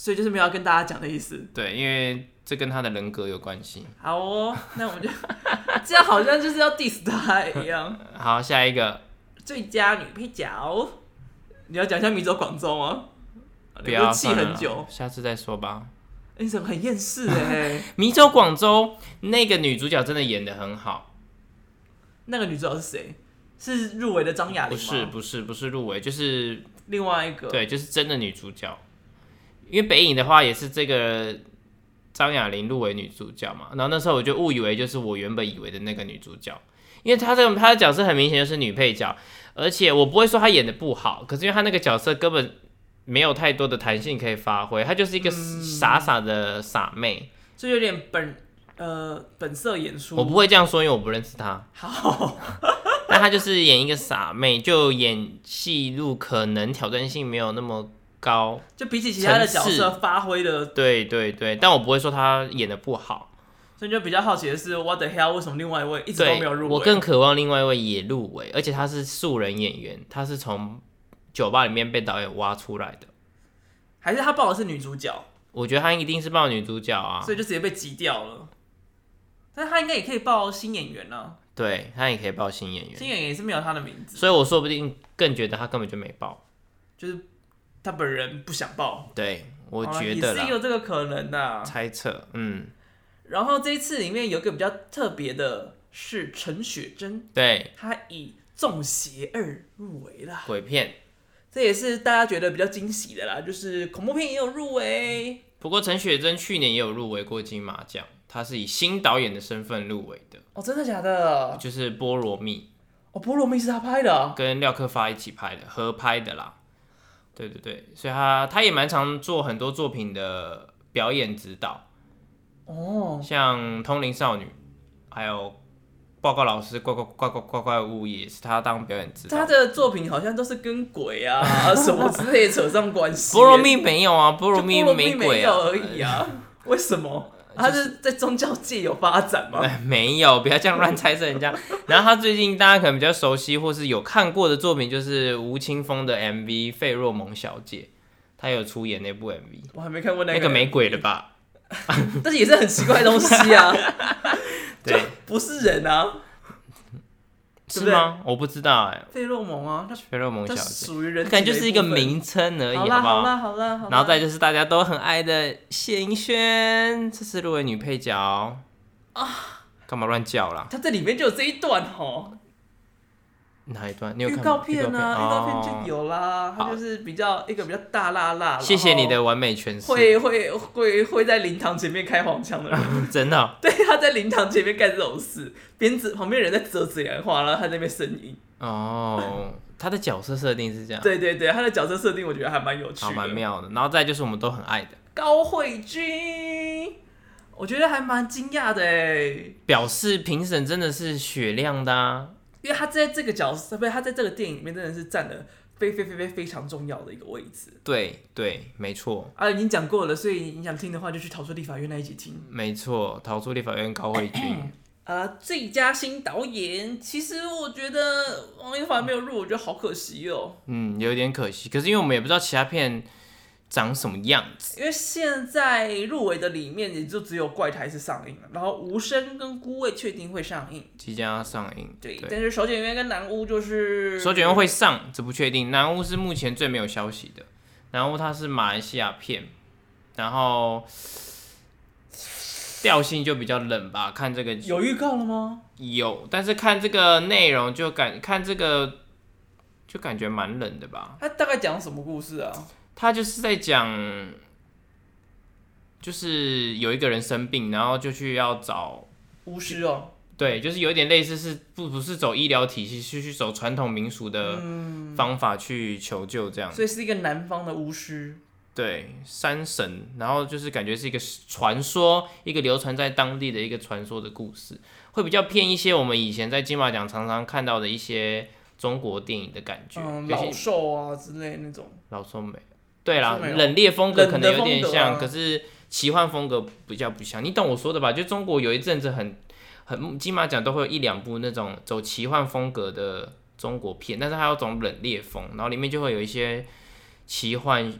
S1: 所以就是没有要跟大家讲的意思。
S2: 对，因为这跟他的人格有关系。
S1: 好哦，那我们就 这样，好像就是要 diss 他一样。
S2: 好，下一个
S1: 最佳女配角，你要讲一下迷走广州吗？
S2: 不
S1: 你
S2: 要
S1: 会气
S2: 算了
S1: 很
S2: 啦
S1: 久，
S2: 下次再说吧。
S1: 你怎么很厌世哎、
S2: 迷走广州那个女主角真的演的很好，
S1: 那个女主角是谁？是入围的张雅
S2: 不
S1: 玲吗？
S2: 是不是不是入围，就是
S1: 另外一个，
S2: 对，就是真的女主角。因为北影的话也是这个张雅玲入围女主角嘛，然后那时候我就误以为就是我原本以为的那个女主角，因为她这个她的角色很明显就是女配角，而且我不会说她演的不好，可是因为她那个角色根本没有太多的弹性可以发挥，她就是一个傻傻的傻妹。
S1: 就有点本呃本色演出。
S2: 我不会这样说，因为我不认识她。
S1: 好，
S2: 但她就是演一个傻妹，就演戏路可能挑战性没有那么高，
S1: 就比起其他的角
S2: 层次
S1: 色发挥的
S2: 对对对，但我不会说她演的不好。
S1: 所以就比较好奇的是，What the hell？为什么另外一位一直都
S2: 对，
S1: 没有入围？
S2: 我更渴望另外一位也入围，而且他是素人演员，他是从酒吧里面被导演挖出来的。
S1: 还是他报的是女主角，
S2: 我觉得他一定是报女主角啊
S1: 所，以就直接被挤掉了。但是他应该也可以报新演员啊，
S2: 对他也可以报新演员，
S1: 新演员也是没有他的名字，
S2: 所以我说不定更觉得他根本就没报。
S1: 就是他本人不想报。
S2: 对，我
S1: 好啦
S2: 觉得
S1: 也是
S2: 啦，
S1: 有这个可能的、
S2: 猜测，嗯，
S1: 然后这一次里面有一个比较特别的是陈雪贞，
S2: 对，
S1: 她以《中邪二》入围了，
S2: 鬼片。
S1: 这也是大家觉得比较惊喜的啦。就是恐怖片也有入围，
S2: 不过陈雪贞去年也有入围过金马奖，她是以新导演的身份入围的，
S1: 哦，真的假的？
S2: 就是《菠萝蜜
S1: 哦，菠萝蜜是他拍的啊、》
S2: 跟廖克发一起拍的，合拍的啦。对对对，所以他他也蛮常做很多作品的表演指导，
S1: 哦，
S2: 像《通灵少女》，还有《报告老师怪怪怪怪怪怪物》也是他当表演指
S1: 他
S2: 导。
S1: 的作品好像都是跟鬼 啊什么之类扯上关系。
S2: 菠萝蜜没有啊，菠
S1: 就
S2: 萝
S1: 菠
S2: 蜜
S1: 萝
S2: 没
S1: 蜜
S2: 鬼
S1: 没
S2: 啊呃
S1: 有，而已啊，为什么？他是在宗教界有发展吗？
S2: 哎 没有，不要这样乱猜测人家。 然后他最近大家可能比较熟悉或是有看过的作品，就是吴青峰的 MV《费洛蒙小姐》，他有出演那部 MV，
S1: 我还没看过那
S2: 那个没鬼了吧？
S1: 但是也是很奇怪的东西啊，
S2: 对，
S1: 不是人啊，对不
S2: 是
S1: 对
S2: 吗？我不知道哎、
S1: 费洛蒙啊，那
S2: 费洛蒙
S1: 那
S2: 小姐，
S1: 属于人体的部分，
S2: 可能就是一个名称而已，
S1: 好
S2: 好不
S1: 啦
S2: 好
S1: 好？啦好啦好啦，
S2: 然后再就是大家都很爱的谢盈萱，这次入围女配角啊，
S1: 啊
S2: 干嘛乱叫啦？
S1: 他这里面就有这一段哦，
S2: 哪一段？你有
S1: 预
S2: 看
S1: 告片啊，预告片就
S2: 有。
S1: 有啦，他
S2: 好
S1: 就是比较一个比较大辣辣，然后
S2: 哦谢谢你的完美诠释，
S1: 会会会会在灵堂前面开黄腔的人。
S2: 真的哦、
S1: 对，他在灵堂前面干这种事，边指旁边人在折纸莲花，然后他在那边呻吟。
S2: 哦。他的角色设定是这样，
S1: 对对对，他的角色设定我觉啊得还蛮有趣
S2: 好蛮
S1: 的。
S2: 妙的。然后再就是我们都很爱的，
S1: 高慧君，我觉得还蛮惊讶的哎，
S2: 表示评审真的是雪亮的、啊，
S1: 因为他在这个角色，不是他在这个电影里面真的是占了非非非非非常重要的一个位置。
S2: 对对，没错
S1: 啊，已经讲过了，所以你想听的话就去逃出立法院那一集听。
S2: 没错。逃出立法院高慧君，
S1: 啊、最佳新导演，其实我觉得王一凡没有入，我觉得好可惜哦。
S2: 嗯，有点可惜。可是因为我们也不知道其他片长什么样子，
S1: 因为现在入围的里面也就只有怪胎是上映了，然后无声跟孤味确定会上映，
S2: 即将要上映。
S1: 对，
S2: 对
S1: 但是手卷烟跟南屋就是
S2: 手卷又会上，这不确定。南屋是目前最没有消息的，南屋它是马来西亚片，然后调性就比较冷吧。看这个
S1: 有预告了吗？
S2: 有，但是看这个内容就感看这个就感觉蛮冷的吧。
S1: 它大概讲什么故事啊？
S2: 他就是在讲，就是有一个人生病，然后就去要找
S1: 巫师哦，
S2: 对，就是有一点类似是不不是走医疗体系，是去走传统民俗的
S1: 嗯
S2: 方法去求救这样。
S1: 所以是一个南方的巫师，
S2: 对，山神，然后就是感觉是一个传说，一个流传在当地的一个传说的故事，会比较偏一些我们以前在金马奖常常看到的一些中国电影的感觉，
S1: 嗯，
S2: 有些
S1: 老兽啊之类那种。
S2: 老松美。对
S1: 老，
S2: 啦
S1: 松美哦
S2: 冷冽风格
S1: 冷
S2: 可
S1: 的
S2: 能有点
S1: 风格
S2: 像，
S1: 啊
S2: 可是奇幻风格比较不像。你懂我说的吧？就中国有一阵子很很金马奖都会有一两部那种走奇幻风格的中国片，但是它有种冷冽风，然后里面就会有一些奇幻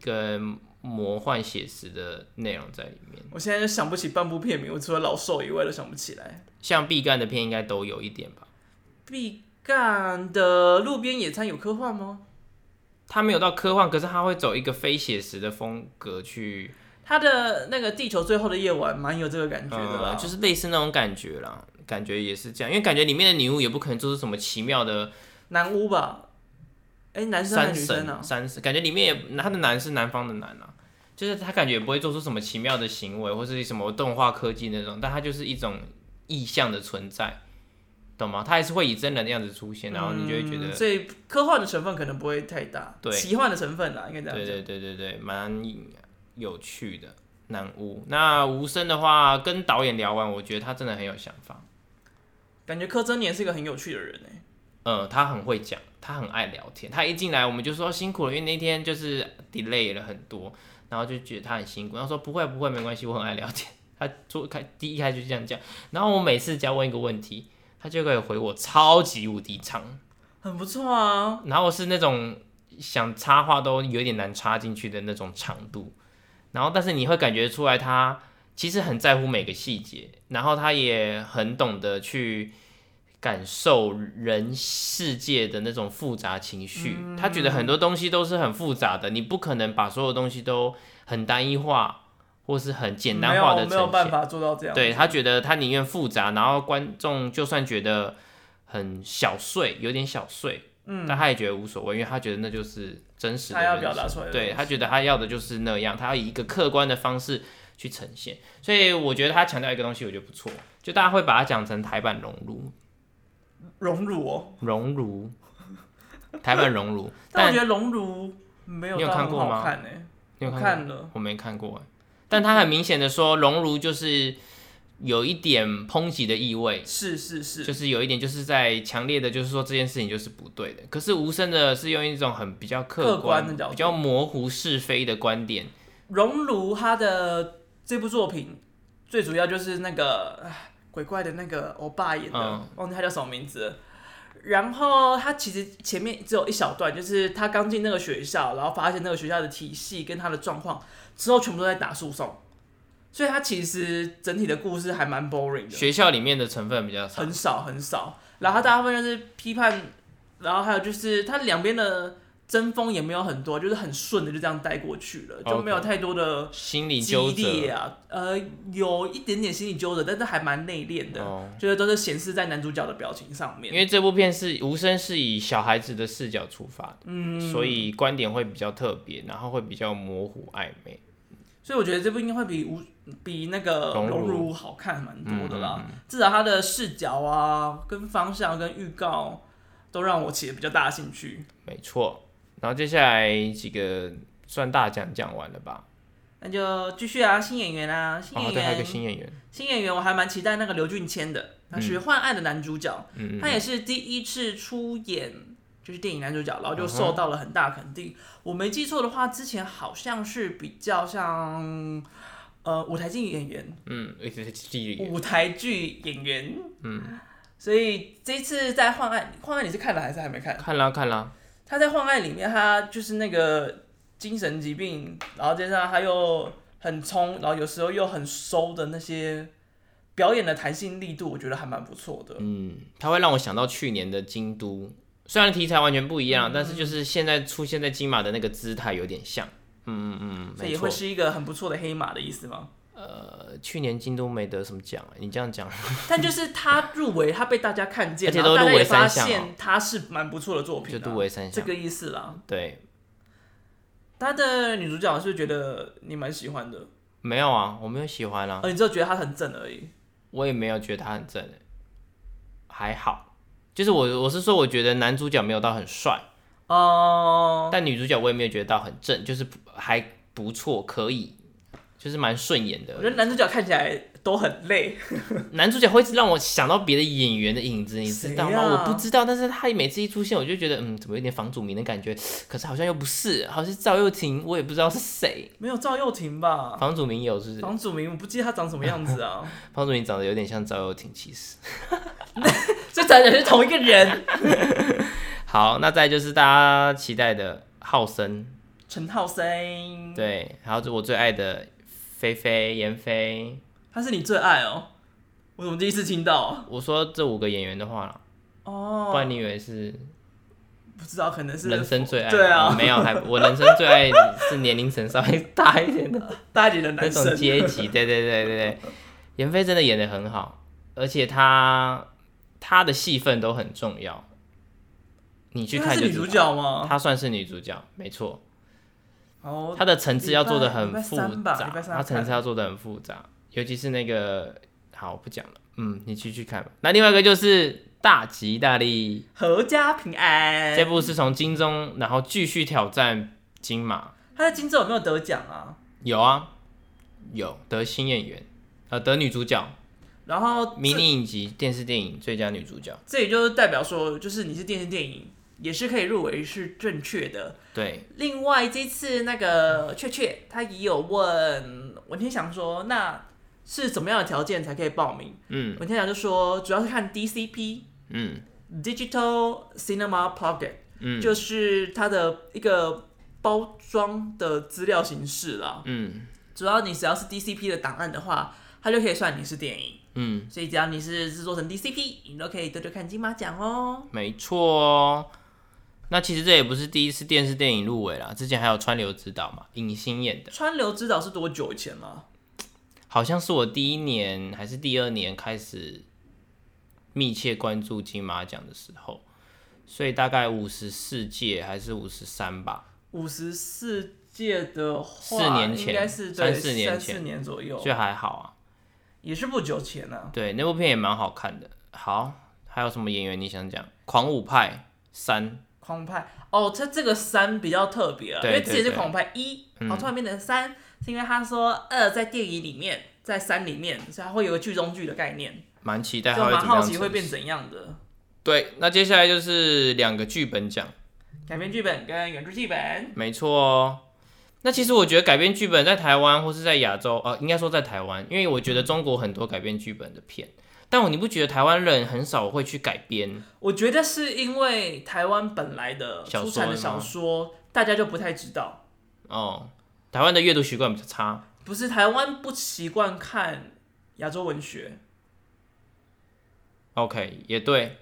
S2: 跟魔幻写实的内容在里面。
S1: 我现在就想不起半部片名，我除了老兽以外都想不起来。
S2: 像毕赣的片应该都有一点吧，
S1: 毕赣的《路边野餐》有科幻吗？
S2: 他没有到科幻，可是他会走一个非写实的风格去，嗯啊
S1: 他的那个《地球最后的夜晚》蛮有这个感觉的啦，
S2: 嗯就是类似那种感觉啦。感觉也是这样，因为感觉里面的女巫也不可能做出什么奇妙的
S1: 男巫吧？哎、男生还
S2: 三
S1: 是女生
S2: 神
S1: 啊？
S2: 三神，感觉里面也他的男是南方的男啊，就是他感觉也不会做出什么奇妙的行为或是什么动画科技那种，但他就是一种意象的存在，懂吗？他还是会以真人的样子出现，然后你就会觉得
S1: 嗯所以科幻的成分可能不会太大，
S2: 对
S1: 奇幻的成分啦，应该这样
S2: 对
S1: 讲。
S2: 对对对对，蛮有趣的南巫。那无声的话，跟导演聊完，我觉得他真的很有想法。
S1: 感觉柯震年是一个很有趣的人哎、
S2: 嗯，他很会讲，他很爱聊天。他一进来我们就说辛苦了，因为那天就是 delay 了很多，然后就觉得他很辛苦。他说不会不会，没关系，我很爱聊天。 他做开第一开始就这样讲，然后我每次只要问一个问题，他就可以回我超级无敌长，
S1: 很不错啊。
S2: 然后是那种想插话都有点难插进去的那种长度，然后但是你会感觉出来他其实很在乎每个细节，然后他也很懂得去感受人世界的那种复杂情绪，
S1: 嗯
S2: 他觉得很多东西都是很复杂的，你不可能把所有东西都很单一化或是很简单化的
S1: 没有没有
S2: 呈
S1: 办
S2: 现。
S1: 法做到这样。
S2: 对他觉得他宁愿复杂，然后观众就算觉得很小碎，有点小碎，嗯，但他也觉得无所谓，因为他觉得那就是真实的
S1: 他
S2: 人
S1: 要
S2: 生
S1: 表达出来的
S2: 对
S1: 东
S2: 他觉得他要的就是那样，他要以一个客观的方式去呈现。所以我觉得他强调一个东西，我觉得不错，就大家会把它讲成台版熔炉，
S1: 荣辱哦，，
S2: 熔炉，台版熔炉
S1: 但我
S2: 但
S1: 觉得荣辱没有
S2: 你有
S1: 到
S2: 看
S1: 很
S2: 过
S1: 好
S2: 吗
S1: 看哎、
S2: 你有
S1: 我
S2: 看过
S1: 看了，
S2: 我没看过欸，但他很明显的说，熔炉就是有一点抨击的意味。
S1: 是是是，
S2: 就是有一点就是在强烈的，就是说这件事情就是不对的。可是无声的是用一种很比较
S1: 客
S2: 客
S1: 观的角度
S2: 比较模糊是非的观点。
S1: 熔炉他的这部作品最主要就是那个唉鬼怪的那个欧巴演的，
S2: 嗯
S1: 忘记他叫什么名字了。然后他其实前面只有一小段，就是他刚进那个学校，然后发现那个学校的体系跟他的状况，之后全部都在打诉讼，所以他其实整体的故事还蛮 boring 的，
S2: 学校里面的成分比较少
S1: 很，少很少。然后他大部分就是批判，然后还有就是他两边的争锋也没有很多，就是很顺的就这样带过去了，就没有
S2: OK
S1: 太多的
S2: 心理
S1: 激
S2: 纠
S1: 烈
S2: 结。
S1: 啊，呃，有一点点心理纠结，但是还蛮内敛的，
S2: 哦，
S1: 就是都是显示在男主角的表情上
S2: 因
S1: 面。
S2: 为这部片是无声是以小孩子的视角出发的，嗯，所以观点会比较特别，然后会比较模糊暧昧。
S1: 所以我觉得这部应该会比无比那个
S2: 熔炉
S1: 熔炉好看蛮多的
S2: 嗯
S1: 啦，至少他的视角啊、跟方向、跟预告都让我起了比较大的兴趣。
S2: 没错。然后接下来几个算大奖讲完了吧？
S1: 那就继续啊，新演员啊，新
S2: 哦，
S1: 演
S2: 对，还有一
S1: 员，
S2: 个新演员，
S1: 新演员我还蛮期待那个刘俊谦的，他是《幻爱》的男主角，
S2: 嗯，
S1: 他也是第一次出演就是电影男主角，然后就
S2: 嗯哼
S1: 受到了很大肯
S2: 嗯
S1: 定。我没记错的话，之前好像是比较像呃舞台剧演员，
S2: 嗯，一直记忆
S1: 舞台剧演员，嗯，所以这次在《幻爱》，《幻爱》你是看了还是还没看？
S2: 看啦看啦，
S1: 他在《幻爱》里面，他就是那个精神疾病，然后加上他又很冲，然后有时候又很收的那些表演的弹性力度，我觉得还蛮不错的。
S2: 嗯，它会让我想到去年的京都，虽然题材完全不一样，但是就是现在出现在金马的那个姿态有点像。嗯嗯嗯，
S1: 这
S2: 没
S1: 也会
S2: 错。
S1: 是一个很不错的黑马的意思吗？
S2: 呃，去年京都没得什么奖，啊你这样讲，
S1: 但就是他入围，他被大家看见，
S2: 而且
S1: 然后
S2: 都
S1: 大
S2: 入
S1: 家
S2: 围
S1: 也发
S2: 三项哦
S1: 现他是蛮不错的作品、
S2: 就
S1: 啊，
S2: 杜维三
S1: 这
S2: 项。
S1: 个意思啦。
S2: 对，
S1: 他的女主角是觉得你蛮喜欢的，
S2: 没有啊，我没有喜欢啊，
S1: 呃，你就觉得她很正而已。
S2: 我也没有觉得他很正，还好。就是我我是说，我觉得男主角没有到很帅，
S1: 哦、
S2: 但女主角我也没有觉得到很正，就是还不错，可以，就是蛮顺眼的
S1: 我。觉得男主角看起来都很累，
S2: 男主角会一直让我想到别的演员的影子，你知道吗？
S1: 谁呀
S2: 我不知道，但是他每次一出现，我就觉得，嗯，怎么有点房祖名的感觉？可是好像又不是，好像是赵又廷，我也不知道 是谁。
S1: 没有赵又廷吧？
S2: 房祖名有是不是？
S1: 房祖名，我不记得他长什么样子 啊，
S2: 房祖名长得有点像赵又廷，其实。
S1: 这长得是同一个 人。
S2: 好，那再就是大家期待的浩森，
S1: 陈浩森，
S2: 对，还有就我最爱的菲菲、闫菲。
S1: 他是你最爱哦，我怎么第一次听到啊、
S2: 我说这五个演员的话啦，
S1: 哦，
S2: 不然你以为是
S1: 不知道，可能是
S2: 人生最爱？
S1: 对啊
S2: 哦没有，还我人生最爱是年龄层稍微大一点的。
S1: 大一点的
S2: 那
S1: 男
S2: 种
S1: 生。
S2: 阶级，对对对对对，闫飞真的演的很好，而且他他的戏份都很重要，你去
S1: 因为她
S2: 看
S1: 是
S2: 就
S1: 女
S2: 知
S1: 主
S2: 道。
S1: 角吗？
S2: 她算是女主角，没错。
S1: 哦，
S2: 她的层次要做的
S1: 礼拜
S2: 很
S1: 礼
S2: 复
S1: 拜三吧
S2: 杂
S1: 礼拜，三
S2: 她层次要做的很复杂，尤其是那个好我不讲了，嗯，你去去看吧。那另外一个就是《大吉意大利》，
S1: 阖家平安
S2: 这。部是从金钟，然后继续挑战金马。
S1: 她在金州有没有得奖啊？
S2: 有啊，有得新演员，呃，得女主角，
S1: 然后
S2: 迷
S1: 这
S2: 你影集电视电影最佳女主角。
S1: 这也就是代表说，就是你是电视电影也是可以入围是正确的。
S2: 对，
S1: 另外这次那个雀雀他也有问文天祥说，那是怎么样的条件才可以报名？
S2: 嗯
S1: 文天祥就说，主要是看 DCP
S2: 嗯
S1: Digital Cinema Project，、
S2: 嗯
S1: 就是它的一个包装的资料形式啦。
S2: 嗯
S1: 主要你只要是 DCP 的档案的话，它就可以算你是电影。
S2: 嗯，
S1: 所以只要你是制作成 DCP，你都可以得得看金马奖哦。
S2: 没错哦。那其实这也不是第一次电视电影入围啦，之前还有《川流之岛》嘛，影星演的，
S1: 川流之岛是多久以前了？
S2: 好像是我第一年还是第二年开始密切关注金马奖的时候，所以大概五十四届还是五十三吧，
S1: 五十四届的话，
S2: 四年前
S1: 应该是对
S2: 三四年前
S1: 三四年左右，
S2: 所以还好啊。
S1: 也是不久前呢、
S2: 对，那部片也蛮好看的。好，还有什么演员你想讲？《狂舞派三》
S1: 狂派哦，它这个三比较特别啊，因
S2: 对
S1: 为之前是
S2: 对对嗯
S1: 狂派一，然后突然变成三，是因为他说二在电影里面，在三里面，所以它会有个剧中剧的概念，
S2: 蛮期待
S1: 就
S2: 它会
S1: 蛮
S2: 怎么
S1: 好
S2: 样
S1: 奇会
S2: 呈
S1: 变
S2: 现
S1: 怎样的。
S2: 对，那接下来就是两个剧本奖，
S1: 改编剧本跟原著剧本，
S2: 没错哦。那其实我觉得改编剧本在台湾或是在亚洲，呃，应该说在台湾，因为我觉得中国很多改编剧本的片，但我你不觉得台湾人很少会去改编？
S1: 我觉得是因为台湾本来的
S2: 小
S1: 出
S2: 说
S1: 产的小
S2: 吗
S1: 说，大家就不太知道。
S2: 哦，台湾的阅读习惯比较差，
S1: 不是台湾不习惯看亚洲文学，
S2: OK，也对，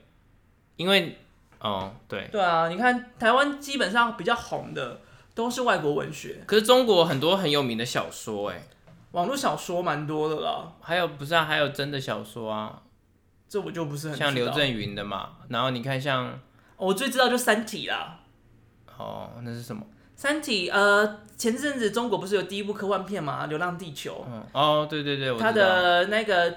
S2: 因为哦对，
S1: 对啊，你看台湾基本上比较红的都是外国文学，
S2: 可是中国很多很有名的小说、哎。
S1: 网络小说蛮多的啦，
S2: 还有不是啊，还有真的小说啊，
S1: 这我就不是很
S2: 像
S1: 知道
S2: 刘、震云的嘛。然后你看像
S1: 哦我最知道就《三体》啦，
S2: 哦，那是什么？
S1: 《三体》呃，前阵子中国不是有第一部科幻片嘛，《流浪地球
S2: 嗯，哦，对对对，》，我
S1: 它
S2: 知道
S1: 的那个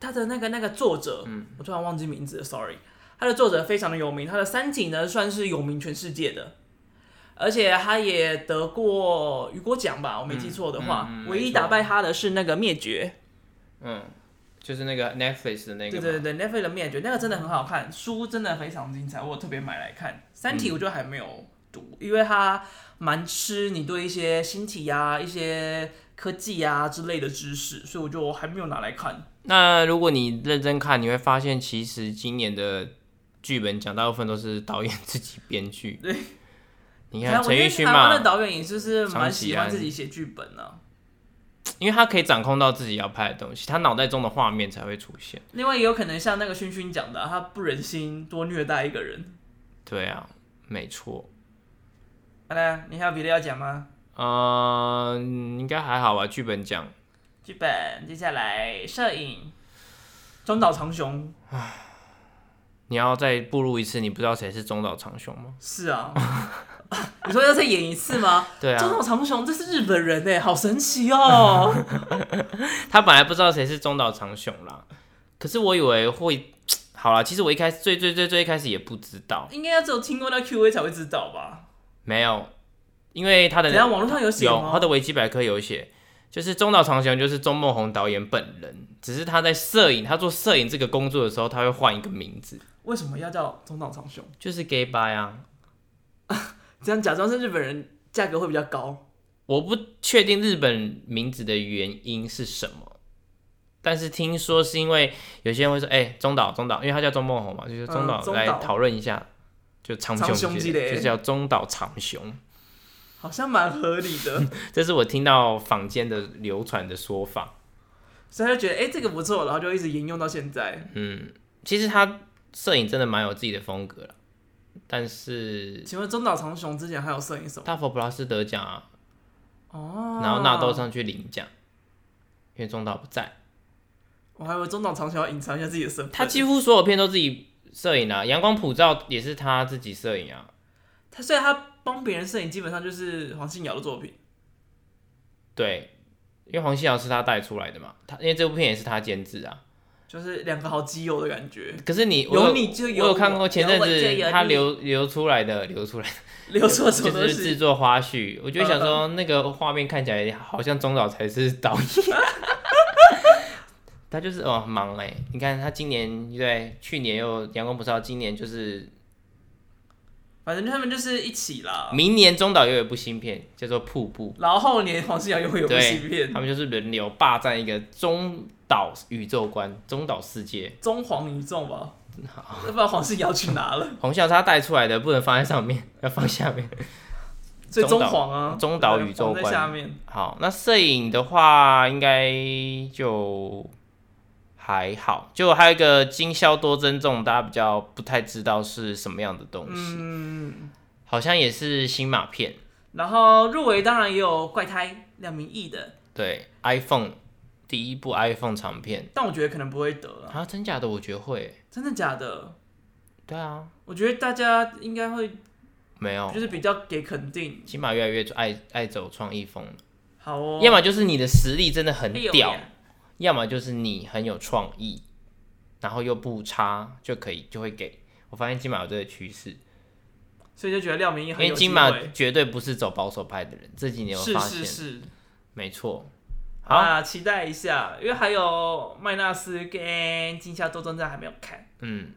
S1: 它的那个那个作者，
S2: 嗯
S1: 我突然忘记名字了，sorry，它的作者非常的有名，他的《三体》呢算是有名全世界的。而且他也得过雨果奖吧，我没记错的话，
S2: 嗯嗯嗯
S1: 唯一
S2: 没错
S1: 打败他的是那个《灭绝
S2: 嗯，就是那个 Netflix 的》那
S1: 对
S2: 个嘛，
S1: 对对 n e t f l 的《灭绝》那个真的很好看，书真的非常精彩，我有特别买来看。《三
S2: 嗯
S1: 体》我就还没有读，因为它蛮吃你对一些星体呀、一些科技呀、之类的知识，所以我就还没有拿来看。
S2: 那如果你认真看，你会发现其实今年的剧本讲大部分都是导演自己编剧。对，你看
S1: 我
S2: 陈
S1: 觉
S2: 奕
S1: 得
S2: 迅
S1: 台湾的
S2: 嘛，
S1: 导演也就是蛮
S2: 长期
S1: 喜欢
S2: 安
S1: 自己写剧本啊呢、
S2: 因为他可以掌控到自己要拍的东西，他脑袋中的画面才会出现。
S1: 另外也有可能像那个勋勋讲的啊、他不忍心多虐待一个人。
S2: 对啊，没错。
S1: 好啦，你还有别的要讲吗？
S2: 嗯，应该还好吧。剧本奖
S1: 剧本，接下来摄影，中岛长雄
S2: 你要再步入一次，你不知道谁是中岛长雄吗？
S1: 是啊， 你说要再演一次吗？
S2: 对
S1: 中
S2: 啊，
S1: 岛长雄这是日本人哎，好神奇哦！
S2: 他本来不知道谁是中岛长雄啦，可是我以为会，好啦，其实我一开始最最最最一开始也不知道，
S1: 应该要只有听过那 Q A 才会知道吧？
S2: 没有，因为他的
S1: 等下网络上有写
S2: 有他
S1: 吗？
S2: 的维基百科有写，就是中岛长雄就是钟梦宏导演本人，只是他在摄影，他做摄影这个工作的时候，他会换一个名字，
S1: 为什么要叫中岛长雄？
S2: 就是 gay bye 啊，
S1: 这样假装是日本人，价格会比较高。
S2: 我不确定日本名字的原因是什么，但是听说是因为有些人会说，哎、中岛中岛，因为他叫钟梦宏嘛，就是中岛
S1: 嗯中岛
S2: 来讨论一下，就长
S1: 长
S2: 雄
S1: 雄
S2: 之
S1: 之类
S2: 类，就叫中岛长雄，
S1: 好像蛮合理 的，
S2: 这是我听到坊间的流传的说法。
S1: 所以他就觉得哎、这个不错，然后就一直沿用到现在。
S2: 嗯，其实他摄影真的蛮有自己的风格了，但是
S1: 请问中岛长雄之前还有摄影什么？
S2: 大佛普拉斯得奖啊，
S1: 哦，
S2: 然后纳豆上去领奖，因为中岛不在。
S1: 我还以为中岛长桥要隐藏一下自己的身份。
S2: 他几乎所有片都自己摄影啊，《阳光普照》也是他自己摄影啊。
S1: 他虽然他帮别人摄影，基本上就是黄信尧的作品。
S2: 对，因为黄信尧是他带出来的嘛，他因为这部片也是他监制啊。
S1: 就是两个好基友的感觉，
S2: 可是你我
S1: 有你就
S2: 我
S1: 有
S2: 有看过前阵
S3: 有我就有
S2: 子他
S3: 你
S2: 流流出来的流出来的
S1: 流出 了什
S2: 就
S1: 么东
S2: 是制
S1: 西？
S2: 作花絮，我就想说那个画面看起来好像中岛才是导演， 他就是哦很忙哎，你看他今年对，去年又阳光普照，今年就是
S1: 反正他们就是一起啦。
S2: 明年中岛又有一部新片叫做《瀑布
S1: 然后后年黄信尧又会有部
S2: 对
S1: 新》，片
S2: 他们就是轮流霸占一个中岛宇宙观、中岛世界。
S1: 《中黄一众》吧，要不然黄信尧去拿 了，
S2: 红校是他带出来的，不能放在上面，要放下面。
S1: 所以
S2: 中
S1: 中
S2: 岛
S1: 黄啊，
S2: 中岛宇
S1: 黄
S2: 宙
S1: 在
S2: 观哦
S1: 下面。
S2: 好，那摄影的话，应该就还好。就还有一个今宵多珍重，大家比较不太知道是什么样的东西，
S1: 嗯，
S2: 好像也是新马片，
S1: 然后入围当然也有《怪胎》两名亿的，
S2: 对 iPhone 第一部 iPhone 长片
S1: 但我觉得可能不会得了，
S2: 啊，真假的我觉得会，
S1: 真的假的？
S2: 对啊，
S1: 我觉得大家应该会
S2: 没有
S1: 就，是比较给肯定。
S2: 起码越来越爱爱走创意风了，
S1: 好哦，
S2: 要么就是你的实力真的很
S1: 哎呦
S2: 屌，
S1: 呀
S2: 要么就是你很有创意，然后又不差就可以就会给。我发现金马有这个趋势。
S1: 所以就觉得廖明义很
S2: 因为
S1: 有机
S2: 金马
S1: 会。
S2: 绝对不是走保守派的人，这几年我
S1: 是
S2: 发
S1: 是
S2: 现，
S1: 是，
S2: 没错。好，
S1: 啊，期待一下，因为还有麦纳斯跟金夏多真站还没有看。
S2: 嗯，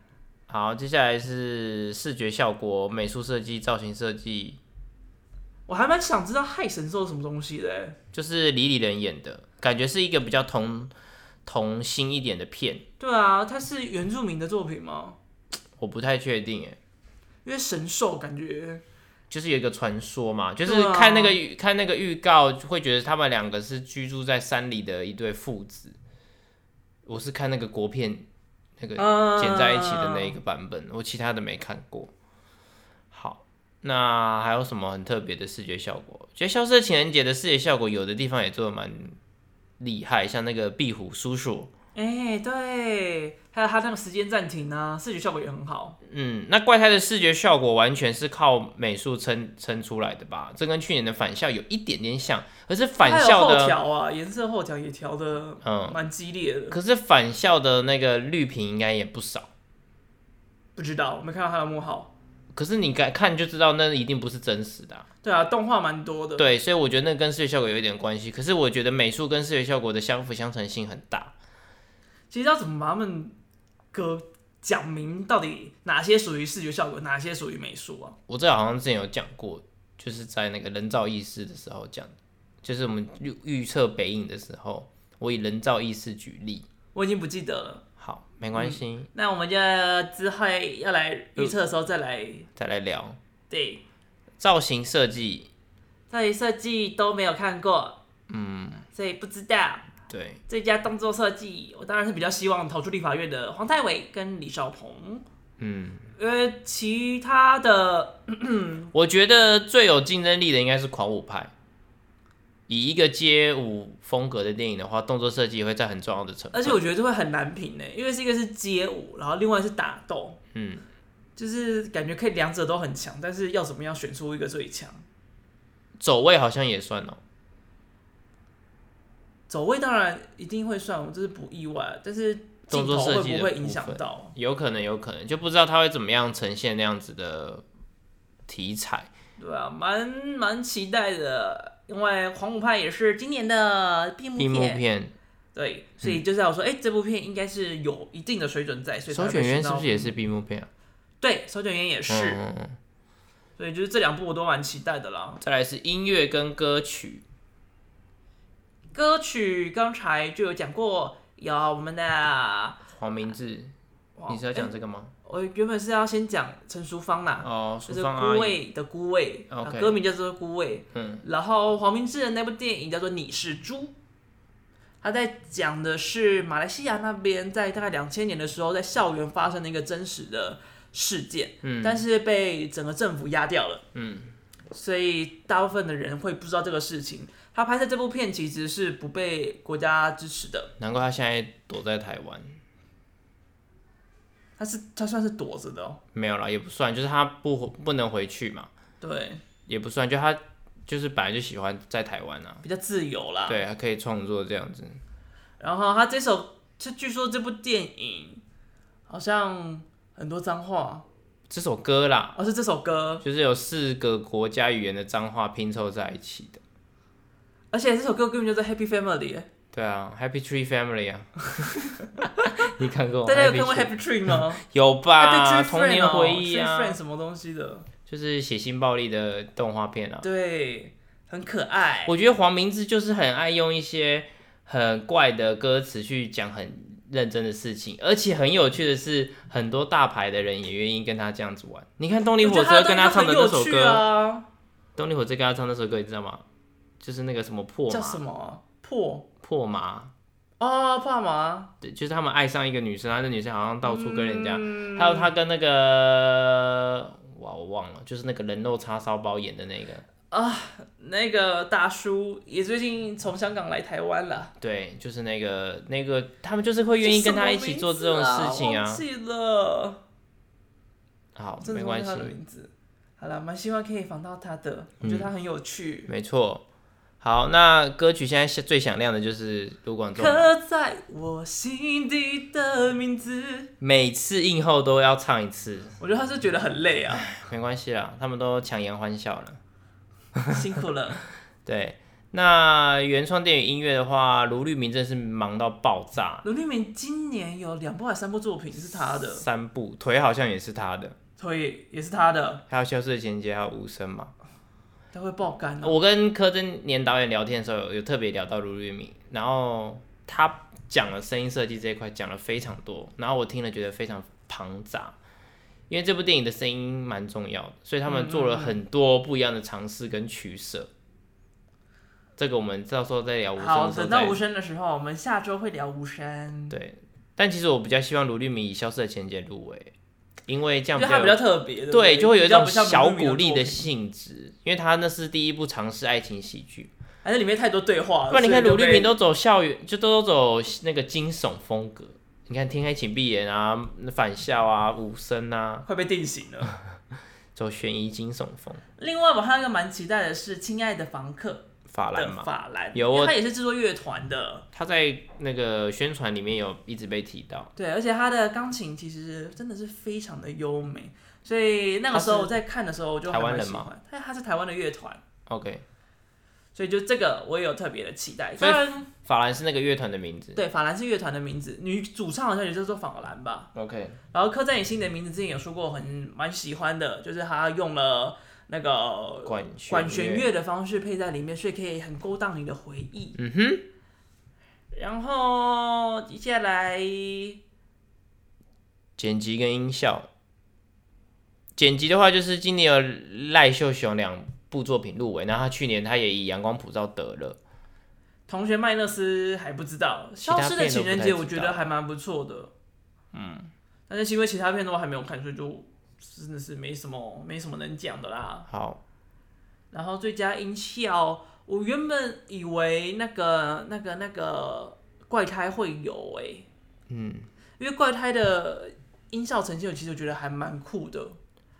S2: 好，接下来是视觉效果、美术设计、造型设计，
S1: 我还蛮想知道害神兽是什么东西的欸、
S2: 就是李李仁演的，感觉是一个比较童童心一点的片，
S1: 对啊，它是原住民的作品吗？
S2: 我不太确定哎。
S1: 因为神兽感觉
S2: 就是有一个传说嘛，就是
S1: 对啊
S2: 看那个、预看那个预告，会觉得他们两个是居住在山里的一对父子。我是看那个国片那个
S1: 嗯
S2: 剪在一起的那一个版本，我其他的没看过。好，那还有什么很特别的视觉效果？觉得《消失的情人节》的视觉效果有的地方也做的蛮厉害，像那个壁虎叔叔，
S1: 哎、对，还有它那个时间暂停啊，视觉效果也很好。
S2: 嗯，那怪胎的视觉效果完全是靠美术撑撑出来的吧？这跟去年的返校有一点点像，可是返
S1: 它有
S2: 校
S1: 后
S2: 的，
S1: 调啊，颜色后调也调的
S2: 嗯，
S1: 蛮激烈的。
S2: 可是返校的那个绿屏应该也不少。
S1: 不知道，我没看到它的幕后。
S2: 可是你看看就知道，那一定不是真实的啊、
S1: 对啊，动画蛮多的。
S2: 对，所以我觉得那跟视觉效果有一点关系。可是我觉得美术跟视觉效果的相辅相成性很大。
S1: 其实要怎么把他们歌讲明，到底哪些属于视觉效果，哪些属于美术啊？
S2: 我这好像之前有讲过，就是在那个人造意识的时候讲的，就是我们预预测北影的时候，我以人造意识举例。
S1: 我已经不记得了。
S2: 好，没关
S1: 嗯
S2: 系。
S1: 那我们就之后要来预测的时候再来。
S2: 再来聊
S1: 对，
S2: 造型设计。
S1: 这里设计都没有看过，嗯，所以不知道。
S2: 对，
S1: 最佳动作设计，我当然是比较希望投出立法院的黄泰伟跟李少鹏，
S2: 嗯，
S1: 因为其他的嗯
S2: 我觉得最有竞争力的应该是狂舞派。以一个街舞风格的电影的话，动作设计也会在很重要的成分。
S1: 而且我觉得这会很难评呢，欸因为是一个是街舞，然后另外是打斗，
S2: 嗯，
S1: 就是感觉可以两者都很强，但是要怎么样选出一个最强？
S2: 走位好像也算哦。
S1: 走位当然一定会算，我这是不意外，但是镜
S2: 动作
S1: 头
S2: 设计
S1: 会
S2: 的
S1: 不会影
S2: 部
S1: 响
S2: 分
S1: 到？
S2: 有可能，有可能，就不知道他会怎么样呈现那样子的题材。
S1: 对啊，蛮蛮期待的，因为黄武派也是今年的闭幕
S2: 闭幕
S1: 片，
S2: 片
S1: 对，所以就是要说，哎、这部片应该是有一定的水准在，所以才
S2: 首
S1: 会
S2: 选
S1: 被
S2: 员
S1: 选
S2: 是
S1: 到
S2: 不是也是闭幕片啊？
S1: 对，手卷烟也是，
S2: 嗯嗯嗯
S1: 所以就是这两部我都蛮期待的啦。
S2: 再来是音乐跟歌曲，
S1: 歌曲刚才就有讲过，有我们的，
S2: 黄明志，
S1: 哇
S2: 你是要
S1: 诶
S2: 讲这个吗？
S1: 我原本是要先讲陈淑芳啦，
S2: 哦，
S1: 哎就
S2: 淑
S1: 是
S2: 芳
S1: 孤
S2: 阿姨，
S1: 味的孤味，啊
S2: OK
S1: 歌名叫做孤味。
S2: 嗯，
S1: 然后黄明志的那部电影叫做《你是猪》，他在讲的是马来西亚那边在大概两千年的时候，在校园发生的一个真实的事件，
S2: 嗯
S1: 但是被整个政府压掉了，
S2: 嗯，
S1: 所以大部分的人会不知道这个事情。他拍摄这部片其实是不被国家支持的，
S2: 难怪他现在躲在台湾。
S1: 他是他算是躲着的哦。
S2: 没有啦，也不算，就是他不不能回去嘛，
S1: 对，
S2: 也不算，就他就是本来就喜欢在台湾啊，
S1: 比较自由啦。
S2: 对，他可以创作这样子。
S1: 然后他这首，这据说这部电影好像很多脏话，
S2: 这首歌啦，
S1: 而、哦、是这首歌，
S2: 就是有四个国家语言的脏话拼凑在一起的。
S1: 而且这首歌根本就是 Happy Family 耶。
S2: 对啊，Happy Tree Family 啊， 你看过吗？
S1: 大家有
S2: Happy
S1: 看过
S2: Tree？
S1: Happy Tree 吗？
S2: 有吧？
S1: 啊，对，Tree
S2: 童年回忆
S1: t r e e
S2: 啊
S1: Friend，什么东西的？
S2: 就是血腥暴力的动画片啊。
S1: 对，很可爱。
S2: 我觉得黄明志就是很爱用一些很怪的歌词去讲很认真的事情，而且很有趣的是，很多大牌的人也愿意跟他这样子玩。你看动力火车跟他唱的那首
S1: 我觉得他的歌很有趣
S2: 歌，
S1: 啊，
S2: 动力火车跟他唱那首歌，你知道吗？就是那个什么破
S1: 叫什
S2: 麻，
S1: 么啊破
S2: 破麻，
S1: 哦，怕麻，
S2: 对，就是他们爱上一个女生，然后那女生好像到处跟人家，
S1: 嗯
S2: 还有他跟那个哇我忘了，就是那个人肉叉烧包演的那个，
S1: 那个大叔也最近从香港来台湾了，
S2: 对，就是那个那个，他们就是会愿意跟他一起做这种事情
S1: 忘
S2: 啊。
S1: 记了，
S2: 好，
S1: 真
S2: 没
S1: 啊的忘
S2: 关
S1: 记
S2: 系嗯
S1: 他，的名字。好了，蛮希望可以访到他的，我觉得他很有趣。
S2: 没错。好，那歌曲现在是最响亮的就是卢广仲嘛，
S1: 刻在我心底的名字，
S2: 每次映后都要唱一次，
S1: 我觉得他是觉得很累 啊，
S2: 没关系啦，他们都强颜欢笑了。
S1: 辛苦了。
S2: 对，那原创电影音乐的话，卢律明真是忙到爆炸，
S1: 卢立明今年有两部还是三部作品是他的，
S2: 三部腿好像也是他的，
S1: 所以也是他的，
S2: 还有消失的情人节，还有无声嘛。
S1: 他会爆肝哦。
S2: 我跟柯震年导演聊天的时候，有有特别聊到卢律明，然后他讲了声音设计这一块，讲了非常多，然后我听了觉得非常庞杂，因为这部电影的声音蛮重要的，所以他们做了很多不一样的尝试跟取舍。这个我们到时候再聊无声
S1: 好，
S2: 的时候
S1: 等到
S2: 再
S1: 无声的时候，我们下周会聊无声，
S2: 对，但其实我比较希望卢律明以消失的情人节入围，因为这
S1: 因
S2: 样
S1: 为他
S2: 有
S1: 比较特别，不
S2: 对，就会有一种
S1: 比较不像
S2: 小
S1: 卢立明
S2: 鼓励
S1: 作
S2: 的
S1: 品，
S2: 性质，因为他那是第一部尝试爱情喜剧。
S1: 还是里面太多对话了。
S2: 不然你看
S1: 哦所以
S2: 鲁
S1: 就
S2: 丽
S1: 被
S2: 明都走校园，就都走那个惊悚风格。你看《天黑请闭眼》啊，《返校》啊，《无声》啊，
S1: 快被定型了。
S2: 走悬疑惊悚风。
S1: 另外，我还有一个蛮期待的是《亲爱的房客
S2: 法》兰
S1: 的
S2: 嘛，
S1: 法兰，
S2: 有
S1: 因为
S2: 我
S1: 他也是制作乐团的，
S2: 他在那个宣传里面有一直被提到。
S1: 对，而且他的钢琴其实真的是非常的优美，所以那个时候
S2: 他是
S1: 我在看的时候我就还
S2: 台湾
S1: 蛮
S2: 人
S1: 喜
S2: 吗
S1: 欢。他他是台湾的乐团，
S2: OK，
S1: 所以就这个我也有特别的期待。
S2: 所
S1: 虽
S2: 以
S1: 然
S2: 法兰是那个乐团的名字。
S1: 对法兰是乐团的名字，女主唱好像也叫做法兰吧。
S2: OK，
S1: 然后柯震宇新的名字之前有说过很蛮喜欢的，就是他用了那个
S2: 管
S1: 管弦
S2: 乐。
S1: 乐的方式配在里面，所以可以很勾当你的回忆。
S2: 嗯哼，
S1: 然后接下来
S2: 剪辑跟音效。剪辑的话，就是今年有赖秀雄两部作品入围，然后他去年他也以《阳光普照》得了。
S1: 同学麦勒斯还不知道，
S2: 其他
S1: 消
S2: 片
S1: 失的情人节我觉
S2: 都不太知
S1: 得
S2: 道
S1: 还蛮不错的。嗯，但是因为其他片都还没有看，所以就真的是没什么没什么能讲的啦。
S2: 好，
S1: 然后最佳音效，我原本以为那个那个那个怪胎会有诶、
S2: 嗯，
S1: 因为怪胎的音效呈现，其实我觉得还蛮酷的。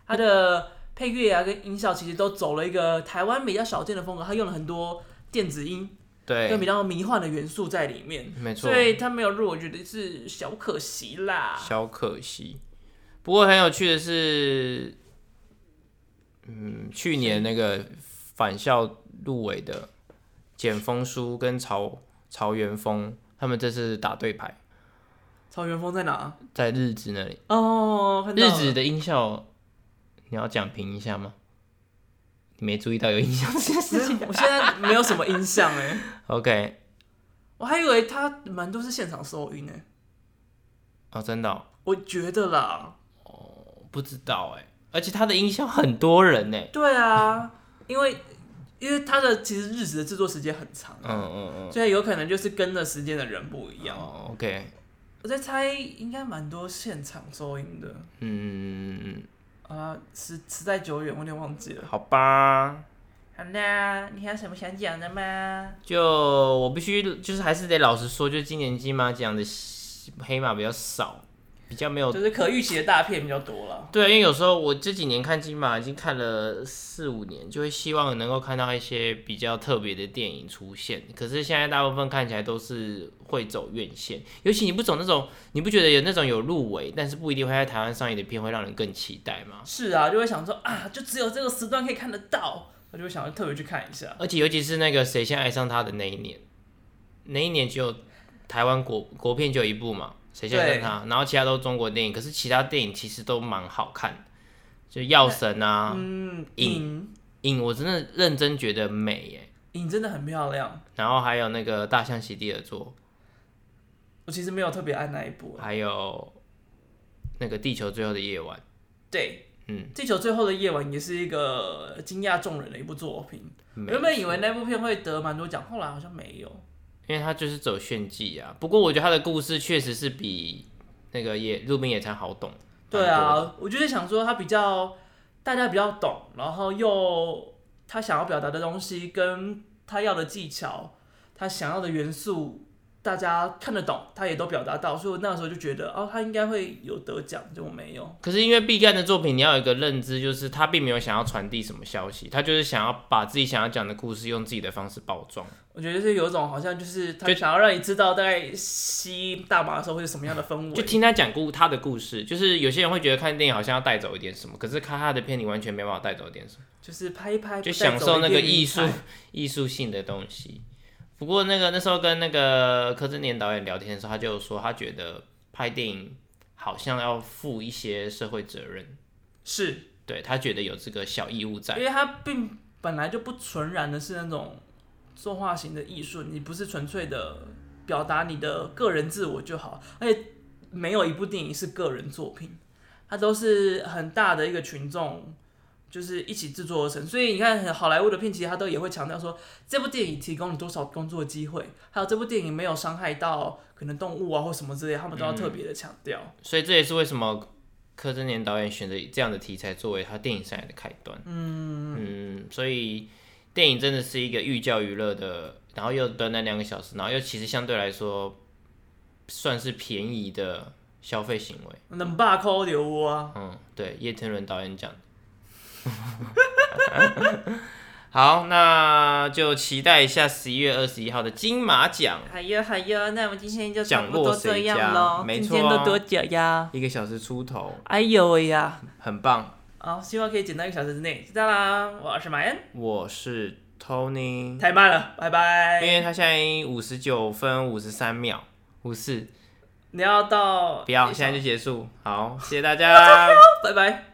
S1: 它的配乐啊跟音效其实都走了一个台湾比较少见的风格，它用了很多电子音跟比
S2: 对，
S1: 较迷幻的元素在里面，
S2: 没错。
S1: 所以它没有入，我觉得是小可惜啦。
S2: 小可惜。不过很有趣的是，嗯，去年那个返校入围的简风书跟曹曹元峰，他们这次打对牌，
S1: 曹元峰在哪？
S2: 在日子那里，
S1: 哦，看到
S2: 日
S1: 了
S2: 子的音效你要讲评一下吗？你没注意到有音效 这件事情
S1: 我现在没有什么印象哎、
S2: ？OK，
S1: 我还以为他蛮多是现场收音哎、
S2: 哦，真的哦、
S1: 我觉得啦，
S2: 我不知道哎，而且他的音效很多人欸呢，
S1: 对啊，因为因为他的其实日子的制作时间很长啊、
S2: 嗯嗯
S1: 所以有可能就是跟着时间的人不一
S2: 嗯，
S1: 样。
S2: 哦，OK，
S1: 我在猜，应该蛮多现场收音的。
S2: 嗯嗯嗯嗯嗯。嗯
S1: 啊，时时代久远，我有点忘记了。
S2: 好吧，
S1: 好啦，你还有什么想讲的吗？
S2: 就我必须就是还是得老实说，就今年金马奖的黑马比较少，比较没有
S1: 就是可预期的大片比较多了。
S2: 对，因为有时候我这几年看金马已经看了四五年，就会希望能够看到一些比较特别的电影出现。可是现在大部分看起来都是会走院线，尤其你不走那种，你不觉得有那种有入围，但是不一定会在台湾上映的片会让人更期待吗？
S1: 是啊，就会想说啊，就只有这个时段可以看得到，我就会想要特别去看一下。
S2: 而且尤其是那个谁先爱上他的那一年，那一年只有台湾国国片就有一部嘛，谁先爱上他，然后其他都是中国电影，可是其他电影其实都蛮好看的，就药神啊。
S1: 嗯，
S2: 影
S1: 影
S2: 影我真的认真觉得美耶。
S1: 影真的很漂亮，
S2: 然后还有那个大象席地而坐，
S1: 我其实没有特别爱那一部。啊
S2: 还有那个地球最后的夜晚，
S1: 对，
S2: 嗯，
S1: 《地球最后的夜晚》也是一个惊讶众人的一部作品。
S2: 没
S1: 原本以为那部片会得蛮多奖，后来好像没有。
S2: 因为他就是走炫技啊。不过我觉得他的故事确实是比那个野路边野餐好懂。
S1: 对
S2: 蛮多的，
S1: 啊，我就是想说他比较大家比较懂，然后又他想要表达的东西跟他要的技巧，他想要的元素，大家看得懂，他也都表达到，所以我那时候就觉得哦，他应该会有得奖，结果没有。
S2: 可是因为毕赣的作品，你要有一个认知，就是他并没有想要传递什么消息，他就是想要把自己想要讲的故事用自己的方式包装。
S1: 我觉得是有一种好像就是他
S2: 就
S1: 想要让你知道大概吸大麻的时候会是什么样的氛
S2: 就
S1: 围。
S2: 听他讲故他的故事，就是有些人会觉得看电影好像要带走一点什么，可是看他的片，你完全没办法带走一点什么。
S1: 就是拍一拍，
S2: 就享受那个艺术
S1: 哎不带走一点
S2: 艺术性的东西。不过那个那时候跟那个柯震年导演聊天的时候，他就说他觉得拍电影好像要负一些社会责任，
S1: 是
S2: 对他觉得有这个小义务在
S1: 因。为它并本来就不纯然的是那种作画型的艺术，你不是纯粹的表达你的个人自我就好，而且没有一部电影是个人作品，它都是很大的一个群众。就是一起制作而成，所以你看好莱坞的片，其实它都也会强调说，这部电影提供了多少工作机会，还有这部电影没有伤害到可能动物啊或什么之类，他们都要特
S2: 嗯
S1: 别的强调。
S2: 所以这也是为什么柯震年导演选择以这样的题材作为他电影生涯的开端。嗯所以电影真的是一个寓教于乐的，然后又短短两个小时，然后又其实相对来说算是便宜的消费行为。
S1: 能把抠流啊，
S2: 嗯，对，叶天伦导演讲的。 好，那就期待一下十一月二十一号的金马奖，
S1: 好哟好哟，哎那我们今天就差
S2: 讲
S1: 不
S2: 落
S1: 多
S2: 谁
S1: 这
S2: 家
S1: 样喽。
S2: 没
S1: 今
S2: 错
S1: 天
S2: 啊
S1: 都多久呀？
S2: 一个小时出头，
S1: 哎呦喂呀！
S2: 很棒。
S1: 好，哦希望可以减到一个小时之内。知道啦，我是马恩，
S2: 我是 Tony，
S1: 太慢了，拜
S2: 因
S1: 拜。
S2: 为他现在五十九分五十三秒，五四，
S1: 你要到
S2: 不要，现在就结束。好，谢谢大家，
S1: 拜拜。